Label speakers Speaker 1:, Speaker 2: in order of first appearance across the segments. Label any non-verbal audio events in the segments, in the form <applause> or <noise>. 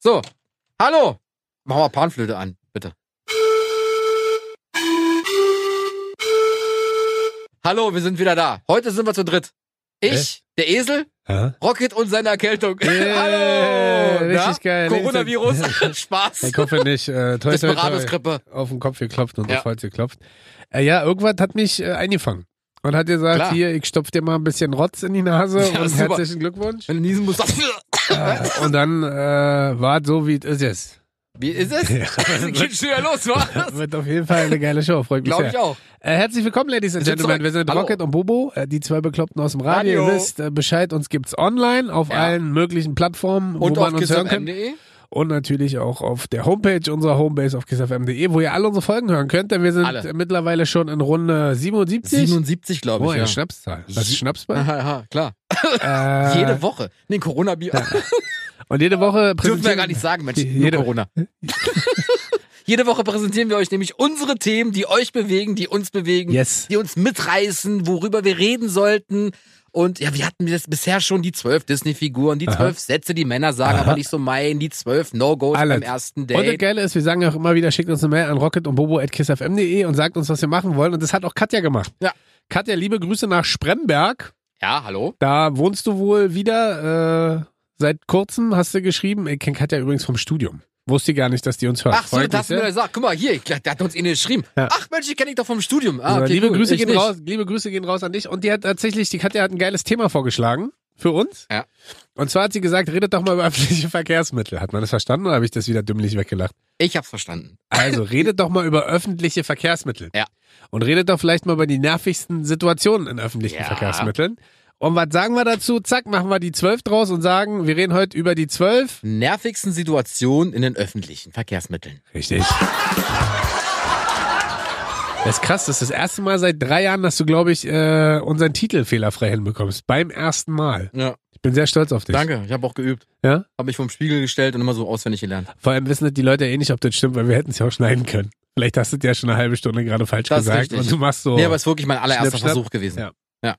Speaker 1: So, hallo! Machen wir Panflöte an, bitte. Hallo, wir sind wieder da. Heute sind wir zu dritt. Ich, der Esel,
Speaker 2: Ja?
Speaker 1: Rocket und seine Erkältung.
Speaker 2: Yeah,
Speaker 1: <laughs> hallo!
Speaker 2: richtig geil. <laughs>
Speaker 1: Coronavirus,
Speaker 2: Ich
Speaker 1: Spaß.
Speaker 2: hoffe nicht. Äh, toi, toi, toi.
Speaker 1: Desperados-Grippe.
Speaker 2: Auf den Kopf geklopft und
Speaker 1: Ja.
Speaker 2: auf Holz geklopft. Äh, ja, irgendwas hat mich äh, eingefangen. Und hat gesagt,
Speaker 1: Klar.
Speaker 2: hier, ich stopf dir mal ein bisschen Rotz in die Nase
Speaker 1: Ja,
Speaker 2: und
Speaker 1: super. <laughs>
Speaker 2: herzlichen Glückwunsch.
Speaker 1: Wenn du niesen musst,
Speaker 2: <laughs> Äh, und dann äh, war es so, wie es ist jetzt.
Speaker 1: wie ist es? <laughs> Geht schon wieder los,
Speaker 2: <laughs>
Speaker 1: was?
Speaker 2: Wird auf jeden Fall eine geile Show, freut mich
Speaker 1: Glaube
Speaker 2: sehr.
Speaker 1: ich auch.
Speaker 2: Äh, herzlich willkommen, Ladies and
Speaker 1: Wir sind
Speaker 2: Gentlemen.
Speaker 1: zurück.
Speaker 2: Wir sind
Speaker 1: Hallo.
Speaker 2: Rocket und Bobo, äh, die zwei Bekloppten aus dem Radio.
Speaker 1: Radio.
Speaker 2: Ihr wisst äh, Bescheid, uns gibt's online auf
Speaker 1: Ja.
Speaker 2: allen möglichen Plattformen,
Speaker 1: Und
Speaker 2: wo
Speaker 1: auf E
Speaker 2: man uns hören kann.
Speaker 1: kissfm.de?
Speaker 2: Und natürlich auch auf der Homepage unserer Homebase auf kissfm.de, wo ihr alle unsere Folgen hören könnt, denn wir sind
Speaker 1: Alle.
Speaker 2: mittlerweile schon in Runde 77.
Speaker 1: 77, glaube ich.
Speaker 2: oh, ja,
Speaker 1: ja. <laughs>
Speaker 2: Schnapszahl. Das ist Schnapsball.
Speaker 1: Aha, aha, klar.
Speaker 2: äh,
Speaker 1: Jede Woche. Nee, Corona-Bier.
Speaker 2: und jede Woche
Speaker 1: Dürfen wir ja
Speaker 2: präsentieren
Speaker 1: gar nicht sagen, Mensch. Nur
Speaker 2: Jede- <laughs>
Speaker 1: Corona. Jede Woche präsentieren wir euch nämlich unsere Themen, die euch bewegen, die uns bewegen,
Speaker 2: Yes.
Speaker 1: die uns mitreißen, worüber wir reden sollten. Und ja, wir hatten das bisher schon die zwölf Disney-Figuren, die zwölf Sätze, die Männer sagen, aber nicht so meinen, die zwölf No-Gos
Speaker 2: Alles.
Speaker 1: beim ersten
Speaker 2: Und das
Speaker 1: Date.
Speaker 2: Geile ist, wir sagen ja auch immer wieder, schickt uns eine Mail an rocket und bobo at kissfm.de und sagt uns, was wir machen wollen. Und das hat auch Katja gemacht.
Speaker 1: Ja.
Speaker 2: Katja, liebe Grüße nach Spremberg.
Speaker 1: Ja, hallo?
Speaker 2: Da wohnst du wohl wieder. Äh, seit kurzem hast du geschrieben. Ich kenne Katja übrigens vom Studium. Wusste gar nicht, dass die uns hört.
Speaker 1: Ach so,
Speaker 2: Freut mich
Speaker 1: das hast du
Speaker 2: sehr.
Speaker 1: mir gesagt. Guck mal, hier, ich- der hat uns eh nicht geschrieben.
Speaker 2: Ja.
Speaker 1: Ach Mensch, die kenne ich doch vom Studium. Ah,
Speaker 2: Also,
Speaker 1: okay,
Speaker 2: liebe,
Speaker 1: cool.
Speaker 2: Grüße
Speaker 1: Ich
Speaker 2: gehen
Speaker 1: nicht.
Speaker 2: raus, liebe Grüße gehen raus an dich. Und die hat tatsächlich, die Katja hat ein geiles Thema vorgeschlagen für uns.
Speaker 1: Ja.
Speaker 2: Und zwar hat sie gesagt, redet doch mal über <laughs> öffentliche Verkehrsmittel. Hat man das verstanden oder habe ich das wieder dümmlich weggelacht?
Speaker 1: Ich hab's verstanden. <laughs>
Speaker 2: Also, redet doch mal über öffentliche Verkehrsmittel.
Speaker 1: Ja.
Speaker 2: Und redet doch vielleicht mal über die nervigsten Situationen in öffentlichen
Speaker 1: Ja.
Speaker 2: Verkehrsmitteln. Und was sagen wir dazu? Zack, machen wir die zwölf draus und sagen, wir reden heute über die zwölf.
Speaker 1: Nervigsten Situation in den öffentlichen Verkehrsmitteln.
Speaker 2: Richtig. Das ist krass, das ist das erste Mal seit drei Jahren, dass du, glaube ich, äh, unseren Titel fehlerfrei hinbekommst. Beim ersten Mal.
Speaker 1: Ja,
Speaker 2: Ich bin sehr stolz auf dich.
Speaker 1: danke. Ich habe auch geübt.
Speaker 2: Ja?
Speaker 1: Habe mich vom Spiegel gestellt und immer so auswendig gelernt.
Speaker 2: Vor allem wissen die Leute ja eh nicht, ob das stimmt, weil wir hätten es ja auch schneiden können. Vielleicht hast du es ja schon eine halbe Stunde gerade falsch
Speaker 1: Das ist
Speaker 2: gesagt
Speaker 1: richtig.
Speaker 2: und du machst so.
Speaker 1: Nee, aber es ist wirklich mein allererster
Speaker 2: Schnipp, Oh. schnapp.
Speaker 1: Versuch gewesen.
Speaker 2: Ja.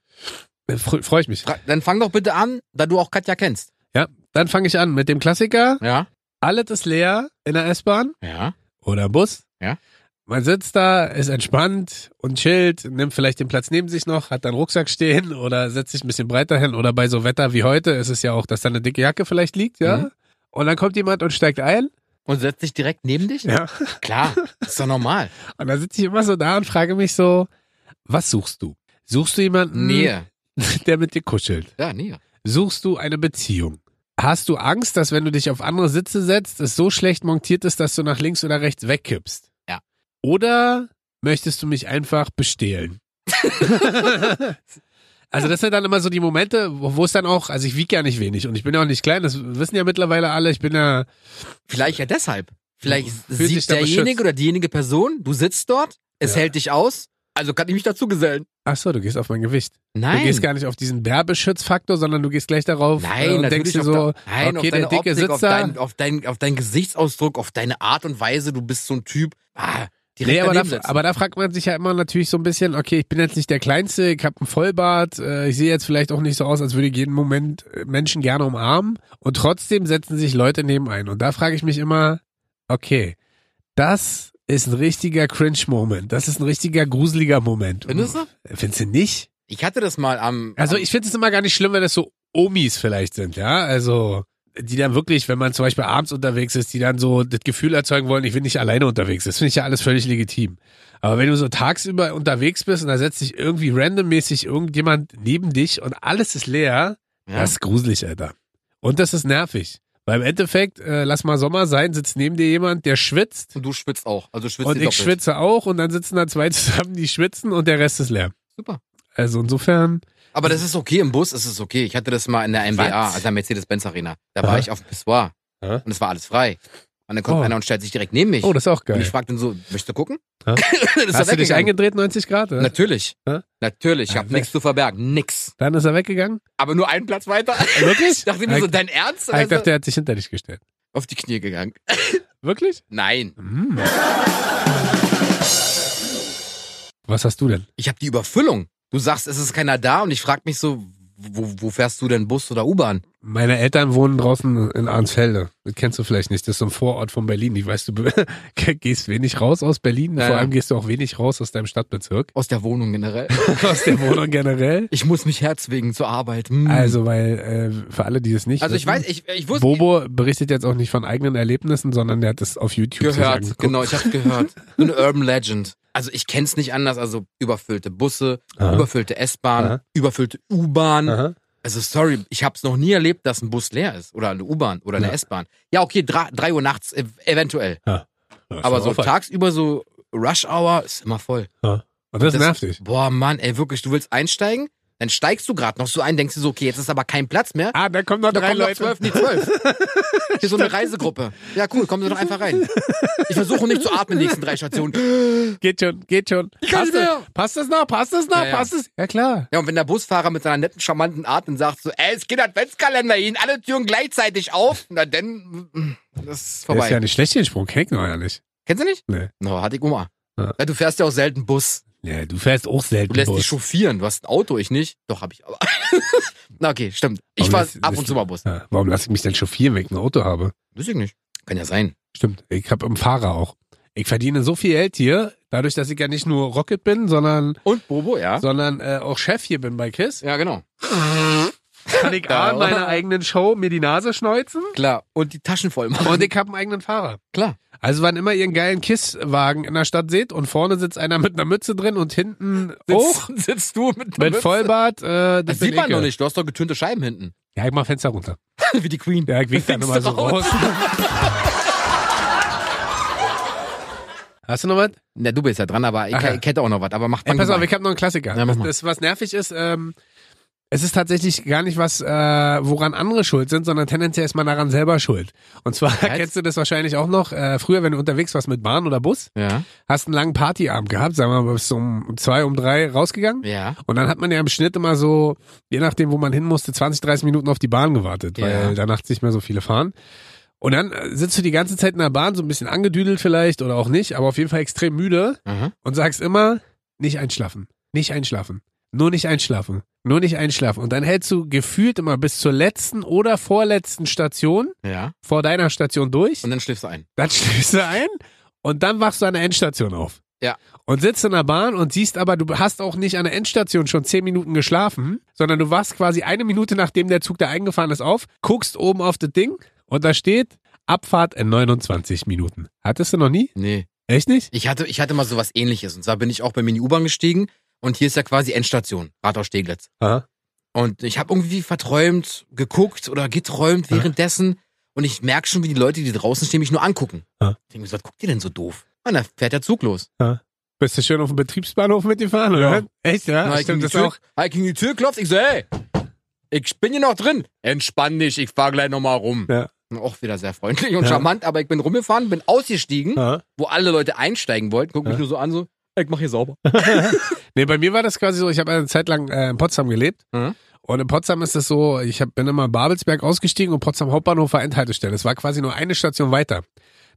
Speaker 2: Freue freu ich mich.
Speaker 1: Fra- Dann fang doch bitte an, da du auch Katja kennst.
Speaker 2: Ja, dann fange ich an mit dem Klassiker.
Speaker 1: Ja?
Speaker 2: Alles ist leer in der S-Bahn
Speaker 1: Ja.
Speaker 2: oder Bus.
Speaker 1: Ja.
Speaker 2: Man sitzt da, ist entspannt und chillt, nimmt vielleicht den Platz neben sich noch, hat dann Rucksack stehen oder setzt sich ein bisschen breiter hin oder bei so Wetter wie heute ist es ja auch, dass da eine dicke Jacke vielleicht liegt, ja.
Speaker 1: Mhm.
Speaker 2: Und dann kommt jemand und steigt ein.
Speaker 1: Und setzt dich direkt neben dich?
Speaker 2: Ja.
Speaker 1: Klar, ist doch
Speaker 2: <laughs>
Speaker 1: normal.
Speaker 2: Und dann sitze ich immer so da und frage mich so, was suchst du? Suchst du jemanden,
Speaker 1: Nähe.
Speaker 2: der mit dir kuschelt?
Speaker 1: Ja, Nähe.
Speaker 2: Suchst du eine Beziehung? Hast du Angst, dass wenn du dich auf andere Sitze setzt, es so schlecht montiert ist, dass du nach links oder rechts wegkippst?
Speaker 1: Ja.
Speaker 2: Oder möchtest du mich einfach bestehlen? <laughs> also das sind dann immer so die Momente, wo wo es dann auch, also ich wiege ja nicht wenig und ich bin ja auch nicht klein, das wissen ja mittlerweile alle, ich bin ja,
Speaker 1: Vielleicht ja deshalb. Vielleicht
Speaker 2: Fühlt sich
Speaker 1: sieht
Speaker 2: da beschützt.
Speaker 1: derjenige oder diejenige Person, du sitzt dort, es
Speaker 2: Ja.
Speaker 1: hält dich aus, also kann ich mich dazu gesellen.
Speaker 2: ach so, du gehst auf mein Gewicht. Du
Speaker 1: Nein.
Speaker 2: gehst gar nicht auf diesen Werbeschutzfaktor, sondern du gehst gleich darauf äh,
Speaker 1: Nein,
Speaker 2: und
Speaker 1: natürlich
Speaker 2: denkst dir
Speaker 1: auf
Speaker 2: so,
Speaker 1: de- nein,
Speaker 2: okay,
Speaker 1: auf deine
Speaker 2: der dicke
Speaker 1: Optik,
Speaker 2: sitzt
Speaker 1: auf,
Speaker 2: da.
Speaker 1: dein, auf, dein, auf deinen Gesichtsausdruck, auf deine Art und Weise, du bist so ein Typ. Ah, direkt
Speaker 2: Nee, aber
Speaker 1: daneben
Speaker 2: da,
Speaker 1: setzen.
Speaker 2: aber da fragt man sich ja immer natürlich so ein bisschen, okay, ich bin jetzt nicht der Kleinste, ich habe einen Vollbart, äh, ich sehe jetzt vielleicht auch nicht so aus, als würde ich jeden Moment äh, Menschen gerne umarmen und trotzdem setzen sich Leute neben ein und da frage ich mich immer, okay, das ist ein richtiger Cringe-Moment, das ist ein richtiger gruseliger Moment.
Speaker 1: Findest du?
Speaker 2: Findest du nicht?
Speaker 1: Ich hatte das mal am.
Speaker 2: Also
Speaker 1: am,
Speaker 2: ich finde es immer gar nicht schlimm, wenn das so Omis vielleicht sind, ja. Also die dann wirklich, wenn man zum Beispiel abends unterwegs ist, die dann so das Gefühl erzeugen wollen, ich bin nicht alleine unterwegs. Das finde ich ja alles völlig legitim. Aber wenn du so tagsüber unterwegs bist und da setzt sich irgendwie randommäßig irgendjemand neben dich und alles ist leer,
Speaker 1: ja.
Speaker 2: das ist gruselig, Alter. Und das ist nervig. Weil im Endeffekt, äh, lass mal Sommer sein, sitzt neben dir jemand, der schwitzt
Speaker 1: Und du schwitzt auch. Also schwitzt
Speaker 2: und
Speaker 1: ihr
Speaker 2: ich
Speaker 1: doppelt.
Speaker 2: schwitze auch und dann sitzen da zwei <laughs> zusammen, die schwitzen und der Rest ist leer.
Speaker 1: Super.
Speaker 2: Also insofern,
Speaker 1: Aber das ist okay, im Bus ist es okay. Ich hatte das mal in der MBA,
Speaker 2: Was?
Speaker 1: also der Mercedes-Benz Arena. Da
Speaker 2: Aha.
Speaker 1: war ich auf dem Pissoir.
Speaker 2: Aha.
Speaker 1: Und es war alles frei. Und dann kommt
Speaker 2: Oh.
Speaker 1: einer und stellt sich direkt neben mich.
Speaker 2: oh, das ist auch geil.
Speaker 1: und ich fragte ihn so, möchtest du gucken? <laughs> Dann
Speaker 2: Ja.
Speaker 1: ist er
Speaker 2: Hast du dich
Speaker 1: weggegangen.
Speaker 2: eingedreht, 90 Grad? Oder?
Speaker 1: Natürlich.
Speaker 2: Ja?
Speaker 1: Natürlich. Ich
Speaker 2: Ja,
Speaker 1: hab nichts zu verbergen. Nix.
Speaker 2: Dann ist
Speaker 1: <laughs>
Speaker 2: er weggegangen? Äh,
Speaker 1: Aber nur einen Platz weiter.
Speaker 2: Wirklich?
Speaker 1: Ich dachte mir so,
Speaker 2: ich,
Speaker 1: dein Ernst?
Speaker 2: ich
Speaker 1: Also,
Speaker 2: dachte, er hat sich hinter dich gestellt.
Speaker 1: auf die Knie gegangen.
Speaker 2: Wirklich?
Speaker 1: Nein.
Speaker 2: Hm. Was hast du denn?
Speaker 1: Ich habe die Überfüllung. Du sagst, es ist keiner da und ich frag mich so, wo, wo fährst du denn Bus oder U-Bahn?
Speaker 2: Meine Eltern wohnen draußen in Arnsfelde. Das kennst du vielleicht nicht. Das ist so ein Vorort von Berlin. Ich weiß, du be- <laughs> gehst wenig raus aus Berlin.
Speaker 1: Ja,
Speaker 2: Vor
Speaker 1: ja.
Speaker 2: allem gehst du auch wenig raus aus deinem
Speaker 1: <laughs>
Speaker 2: Stadtbezirk.
Speaker 1: Aus der Wohnung generell.
Speaker 2: aus der Wohnung generell.
Speaker 1: Ich muss mich herzwegen zur Arbeit. Hm.
Speaker 2: <laughs> Also, weil äh, für alle, die es nicht
Speaker 1: also ich
Speaker 2: wissen,
Speaker 1: weiß, ich, ich wusste
Speaker 2: Bobo berichtet jetzt auch nicht von eigenen Erlebnissen, sondern der hat das auf YouTube sich
Speaker 1: gehört.
Speaker 2: angeguckt.
Speaker 1: Genau, ich habe
Speaker 2: <laughs>
Speaker 1: gehört. Eine Urban Legend. Also ich kenn's nicht anders. Also überfüllte Busse,
Speaker 2: Aha.
Speaker 1: überfüllte S-Bahn,
Speaker 2: Aha.
Speaker 1: überfüllte U-Bahn.
Speaker 2: Aha.
Speaker 1: Also sorry, ich habe es noch nie erlebt, dass ein Bus leer ist oder eine U-Bahn oder eine
Speaker 2: Ja.
Speaker 1: S-Bahn. Ja, okay, drei, drei Uhr nachts ev eventuell,
Speaker 2: Das
Speaker 1: aber
Speaker 2: war
Speaker 1: so
Speaker 2: Aufwand.
Speaker 1: tagsüber so Rush Hour ist immer voll.
Speaker 2: Und das,
Speaker 1: das-
Speaker 2: nervt dich.
Speaker 1: Boah, Mann, ey, wirklich, du willst einsteigen? Dann steigst du gerade noch so ein, denkst du so, okay, jetzt ist aber kein Platz mehr.
Speaker 2: Ah, da kommen noch
Speaker 1: Da
Speaker 2: drei
Speaker 1: kommen noch
Speaker 2: Leute.
Speaker 1: zwölf, die <laughs> zwölf. Hier so eine Reisegruppe. Ja, cool, kommen Sie doch einfach rein. Ich versuche nicht zu atmen in den nächsten drei Stationen.
Speaker 2: Geht schon, geht schon.
Speaker 1: kann
Speaker 2: Passt
Speaker 1: nicht
Speaker 2: das-
Speaker 1: mehr.
Speaker 2: passt das noch, passt das noch,
Speaker 1: Ja, ja.
Speaker 2: passt es? Ja klar.
Speaker 1: Ja, und wenn der Busfahrer mit seiner netten, charmanten Art dann sagt so, ey, es geht Adventskalender, Ihnen alle Türen gleichzeitig auf, na denn, mm, das ist
Speaker 2: Der
Speaker 1: vorbei.
Speaker 2: Ist ja nicht schlecht den Sprung, kennt man ja nicht.
Speaker 1: Kennst du nicht?
Speaker 2: Nee.
Speaker 1: No, hatte ich Oma.
Speaker 2: Ja.
Speaker 1: Ja. du fährst ja auch selten Bus.
Speaker 2: Ja, du fährst auch
Speaker 1: Du
Speaker 2: selten
Speaker 1: lässt dich
Speaker 2: Bus.
Speaker 1: chauffieren. Du hast ein Auto, ich nicht. Doch, hab ich aber. <laughs> Na, okay, stimmt. Ich
Speaker 2: Warum
Speaker 1: fahr
Speaker 2: lässt-
Speaker 1: ab
Speaker 2: lässt-
Speaker 1: und zu mal Bus.
Speaker 2: Ja, warum lasse ich mich denn chauffieren, wenn ich ein Auto habe?
Speaker 1: Weiß ich nicht. Kann ja sein.
Speaker 2: Stimmt, ich habe einen Fahrer auch. Ich verdiene so viel Geld hier, dadurch, dass ich ja nicht nur Rocket bin, sondern,
Speaker 1: Und Bobo, ja?
Speaker 2: sondern äh, auch Chef hier bin bei KISS.
Speaker 1: Ja, genau.
Speaker 2: Kann ich A
Speaker 1: Ja.
Speaker 2: in meiner eigenen Show mir die Nase schneuzen
Speaker 1: Klar. Und die Taschen voll machen.
Speaker 2: und ich habe einen eigenen Fahrer.
Speaker 1: Klar.
Speaker 2: Also wann immer ihr einen geilen KISS-Wagen in der Stadt seht und vorne sitzt einer mit einer Mütze drin und hinten auch
Speaker 1: Sitzt, sitzt du mit
Speaker 2: mit Vollbart,
Speaker 1: Das
Speaker 2: äh, bin
Speaker 1: sieht man
Speaker 2: ich.
Speaker 1: doch nicht. Du hast doch getönte Scheiben hinten. <laughs>
Speaker 2: Ja, ich mach Fenster runter.
Speaker 1: Wie die Queen.
Speaker 2: Ja, ich wink dann immer so raus.
Speaker 1: Fenster <laughs>
Speaker 2: Hast du noch was?
Speaker 1: Na, du bist ja dran, aber ich,
Speaker 2: Ach ja.
Speaker 1: ich hätte auch noch was. Aber mach
Speaker 2: Ey,
Speaker 1: mal.
Speaker 2: pass auf, ich habe noch einen Klassiker.
Speaker 1: Ja, mach
Speaker 2: das,
Speaker 1: mal.
Speaker 2: das, was nervig ist, ähm, es ist tatsächlich gar nicht was, äh, woran andere schuld sind, sondern tendenziell ist man daran selber schuld. Und zwar
Speaker 1: Was?
Speaker 2: kennst du das wahrscheinlich auch noch, äh, früher, wenn du unterwegs warst mit Bahn oder Bus,
Speaker 1: Ja.
Speaker 2: hast einen langen Partyabend gehabt, sagen wir mal bis um zwei, um drei rausgegangen.
Speaker 1: Ja.
Speaker 2: Und dann hat man ja im Schnitt immer so, je nachdem, wo man hin musste, 20, 30 Minuten auf die Bahn gewartet,
Speaker 1: Ja.
Speaker 2: weil danach nicht mehr so viele fahren. Und dann äh, sitzt du die ganze Zeit in der Bahn, so ein bisschen angedüdelt vielleicht oder auch nicht, aber auf jeden Fall extrem müde
Speaker 1: Mhm.
Speaker 2: und sagst immer, nicht einschlafen, nicht einschlafen, nur nicht einschlafen, nur nicht einschlafen. Und dann hältst du gefühlt immer bis zur letzten oder vorletzten Station
Speaker 1: Ja.
Speaker 2: vor deiner Station durch,
Speaker 1: Und dann schläfst du ein.
Speaker 2: dann schläfst du ein und dann wachst du an der Endstation auf.
Speaker 1: Ja.
Speaker 2: Und sitzt in der Bahn und siehst aber, du hast auch nicht an der Endstation schon zehn Minuten geschlafen, sondern du wachst quasi eine Minute nachdem der Zug da eingefahren ist auf, guckst oben auf das Ding und da steht Abfahrt in 29 Minuten. Hattest du noch nie?
Speaker 1: Nee.
Speaker 2: Echt nicht?
Speaker 1: Ich hatte, ich hatte mal sowas ähnliches. Und zwar bin ich auch bei mir in die U-Bahn gestiegen. Und hier ist ja quasi Endstation. Rathaus Steglitz.
Speaker 2: Aha.
Speaker 1: Und ich habe irgendwie verträumt, geguckt oder geträumt
Speaker 2: Ja.
Speaker 1: währenddessen. Und ich merk schon, wie die Leute, die draußen stehen, mich nur angucken.
Speaker 2: Ja.
Speaker 1: Ich denke mir so, was guckt ihr denn so doof? Und da fährt der Zug los.
Speaker 2: Bist du schön auf dem Betriebsbahnhof mitgefahren, oder?
Speaker 1: Ja.
Speaker 2: Echt, ja?
Speaker 1: Na, ich
Speaker 2: Stimmt
Speaker 1: ging
Speaker 2: das
Speaker 1: die Tür-
Speaker 2: auch?
Speaker 1: Ah, Ich ging die Tür, klopft. Ich so, hey, ich bin hier noch drin. Entspann dich, ich fahr gleich nochmal rum.
Speaker 2: Ja.
Speaker 1: Auch wieder sehr freundlich und
Speaker 2: Ja.
Speaker 1: charmant, aber ich bin rumgefahren, bin ausgestiegen,
Speaker 2: Ja.
Speaker 1: wo alle Leute einsteigen wollten, guck mich
Speaker 2: Ja.
Speaker 1: nur so an, so, ich mach hier sauber.
Speaker 2: Nee, bei mir war das quasi so, ich habe eine Zeit lang äh, in Potsdam gelebt.
Speaker 1: Mhm.
Speaker 2: Und in Potsdam ist es so, ich hab, bin immer in Babelsberg ausgestiegen und Potsdam Hauptbahnhof war Endhaltestelle. Es war quasi nur eine Station weiter.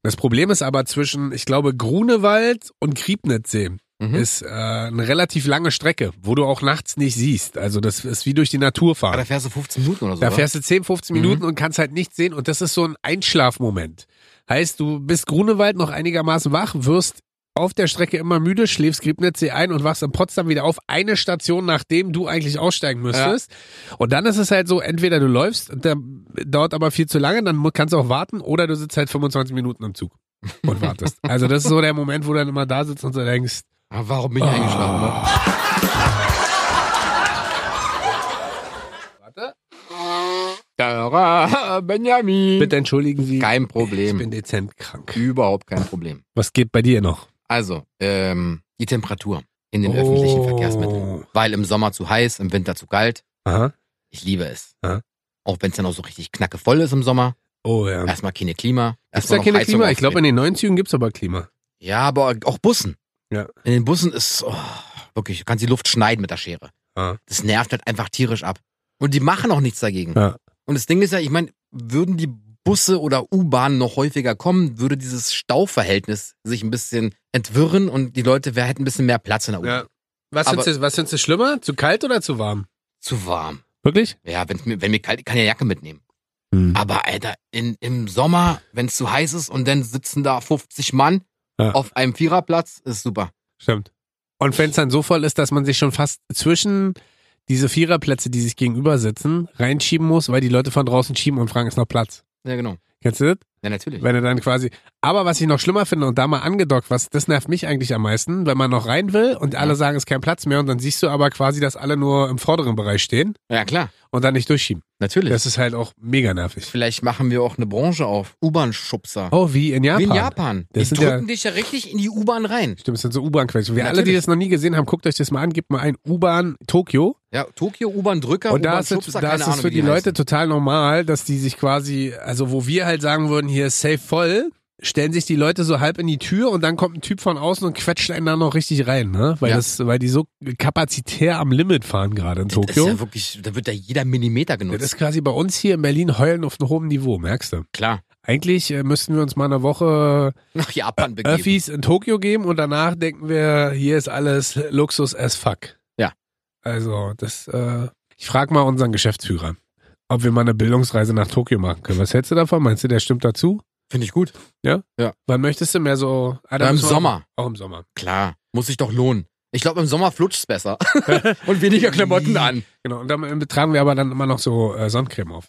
Speaker 2: Das Problem ist aber zwischen, ich glaube, Grunewald und Griebnitzsee
Speaker 1: Mhm.
Speaker 2: ist äh, eine relativ lange Strecke, wo du auch nachts nicht siehst. Also das ist wie durch die Natur fahren.
Speaker 1: Aber Ah, da fährst du 15 Minuten oder so.
Speaker 2: Da
Speaker 1: oder?
Speaker 2: fährst du 10, 15
Speaker 1: Mhm.
Speaker 2: Minuten und kannst halt nichts sehen. Und das ist so ein Einschlafmoment. Heißt, du bist Grunewald noch einigermaßen wach, wirst auf der Strecke immer müde, schläfst Griebnitzsee ein und wachst in Potsdam wieder auf, eine Station, nachdem du eigentlich aussteigen müsstest. Und dann ist es halt so, entweder du läufst, da dauert aber viel zu lange, dann mu- kannst du auch warten, oder du sitzt halt 25 Minuten im Zug und wartest. also das ist so der Moment, wo du dann immer da sitzt und so denkst,
Speaker 1: Ah, warum bin ich eingeschlafen? ne?
Speaker 2: warte,
Speaker 1: Da, Benjamin.
Speaker 2: bitte entschuldigen Sie,
Speaker 1: Kein
Speaker 2: ich
Speaker 1: Problem.
Speaker 2: bin dezent krank.
Speaker 1: Überhaupt kein Problem.
Speaker 2: Was geht bei dir noch?
Speaker 1: Also, ähm, die Temperatur in den
Speaker 2: Oh.
Speaker 1: öffentlichen Verkehrsmitteln. Weil im Sommer zu heiß, im Winter zu kalt.
Speaker 2: Aha.
Speaker 1: Ich liebe es.
Speaker 2: Ja.
Speaker 1: Auch wenn es dann auch so richtig knacke voll ist im Sommer.
Speaker 2: Oh ja.
Speaker 1: Erstmal keine Klima.
Speaker 2: Ist da
Speaker 1: noch
Speaker 2: keine
Speaker 1: Heizung
Speaker 2: Klima? Ich glaube, in
Speaker 1: aufdrehen.
Speaker 2: den neuen Zügen gibt's aber Klima.
Speaker 1: Ja, aber auch Bussen.
Speaker 2: Ja.
Speaker 1: In den Bussen ist oh, wirklich, du kannst die Luft schneiden mit der Schere.
Speaker 2: Ja.
Speaker 1: Das nervt halt einfach tierisch ab. Und die machen auch nichts dagegen.
Speaker 2: Ja.
Speaker 1: Und das Ding ist ja, ich meine, würden die Busse oder U-Bahnen noch häufiger kommen, würde dieses Stauverhältnis sich ein bisschen entwirren und die Leute wär, hätten ein bisschen mehr Platz in der U-Bahn.
Speaker 2: Was
Speaker 1: Aber-
Speaker 2: findest du, was findest du schlimmer? Zu kalt oder zu warm?
Speaker 1: Zu warm.
Speaker 2: Wirklich?
Speaker 1: Ja, wenn's mir, wenn mir kalt, ich kann ja Jacke mitnehmen.
Speaker 2: Hm.
Speaker 1: Aber Alter, in, im Sommer, wenn es zu heiß ist und dann sitzen da 50 Mann
Speaker 2: Ja.
Speaker 1: auf einem Viererplatz, ist super.
Speaker 2: Stimmt. Und wenn es dann so voll ist, dass man sich schon fast zwischen diese Viererplätze, die sich gegenüber sitzen, reinschieben muss, weil die Leute von draußen schieben und fragen, ist noch Platz.
Speaker 1: Ja, genau.
Speaker 2: Kennst du das?
Speaker 1: Ja, natürlich.
Speaker 2: Wenn er dann quasi. Aber was ich noch schlimmer finde und da mal angedockt, was das nervt mich eigentlich am meisten, wenn man noch rein will und alle
Speaker 1: Ja.
Speaker 2: sagen, es ist kein Platz mehr und dann siehst du aber quasi, dass alle nur im vorderen Bereich stehen
Speaker 1: Ja, klar.
Speaker 2: und dann nicht durchschieben.
Speaker 1: Natürlich.
Speaker 2: Das ist halt auch mega nervig.
Speaker 1: Vielleicht machen wir auch eine Branche auf. U-Bahn-Schubser.
Speaker 2: Oh, wie in Japan.
Speaker 1: Wie in Japan.
Speaker 2: Das
Speaker 1: die
Speaker 2: sind ja-
Speaker 1: drücken dich ja richtig in die U-Bahn rein.
Speaker 2: Stimmt, das sind so U-Bahn-Quetschen. Wir alle, die
Speaker 1: Natürlich.
Speaker 2: das noch nie gesehen haben, guckt euch das mal an, gebt mal ein U-Bahn Tokio.
Speaker 1: Ja, Tokio, U-Bahn-Drücker,
Speaker 2: und da ist es,
Speaker 1: U-Bahn-Schubser,
Speaker 2: da
Speaker 1: keine
Speaker 2: ist es
Speaker 1: Ahnung,
Speaker 2: für
Speaker 1: wie
Speaker 2: die, Leute
Speaker 1: heißen.
Speaker 2: total normal, dass die sich quasi, also wo wir halt sagen würden, hier ist safe voll, stellen sich die Leute so halb in die Tür und dann kommt ein Typ von außen und quetscht einen da noch richtig rein, ne? Weil
Speaker 1: Ja.
Speaker 2: das, weil die so kapazitär am Limit fahren gerade in
Speaker 1: Das ist
Speaker 2: Tokio.
Speaker 1: ja wirklich, da wird ja jeder Millimeter genutzt.
Speaker 2: Das ist quasi bei uns hier in Berlin heulen auf einem hohen Niveau, merkst du?
Speaker 1: klar.
Speaker 2: Eigentlich äh, müssten wir uns mal eine Woche
Speaker 1: Nach Japan begeben.
Speaker 2: Äh, Öffis in Tokio geben und danach denken wir, hier ist alles Luxus as fuck.
Speaker 1: Ja.
Speaker 2: Also, das, äh, ich frage mal unseren Geschäftsführer, ob wir mal eine Bildungsreise nach Tokio machen können. Was hältst du davon? Meinst du, der stimmt dazu?
Speaker 1: Finde ich gut.
Speaker 2: Wann möchtest du mehr so? Ah, da
Speaker 1: Ja, Im
Speaker 2: müssen wir-
Speaker 1: Sommer.
Speaker 2: Auch im Sommer.
Speaker 1: Klar. Muss sich doch lohnen. Ich glaube, im Sommer flutscht's besser. <laughs> Und weniger Klamotten
Speaker 2: <laughs>
Speaker 1: an.
Speaker 2: Genau. Und dann tragen wir aber dann immer noch so äh, Sonnencreme
Speaker 1: <laughs>
Speaker 2: auf.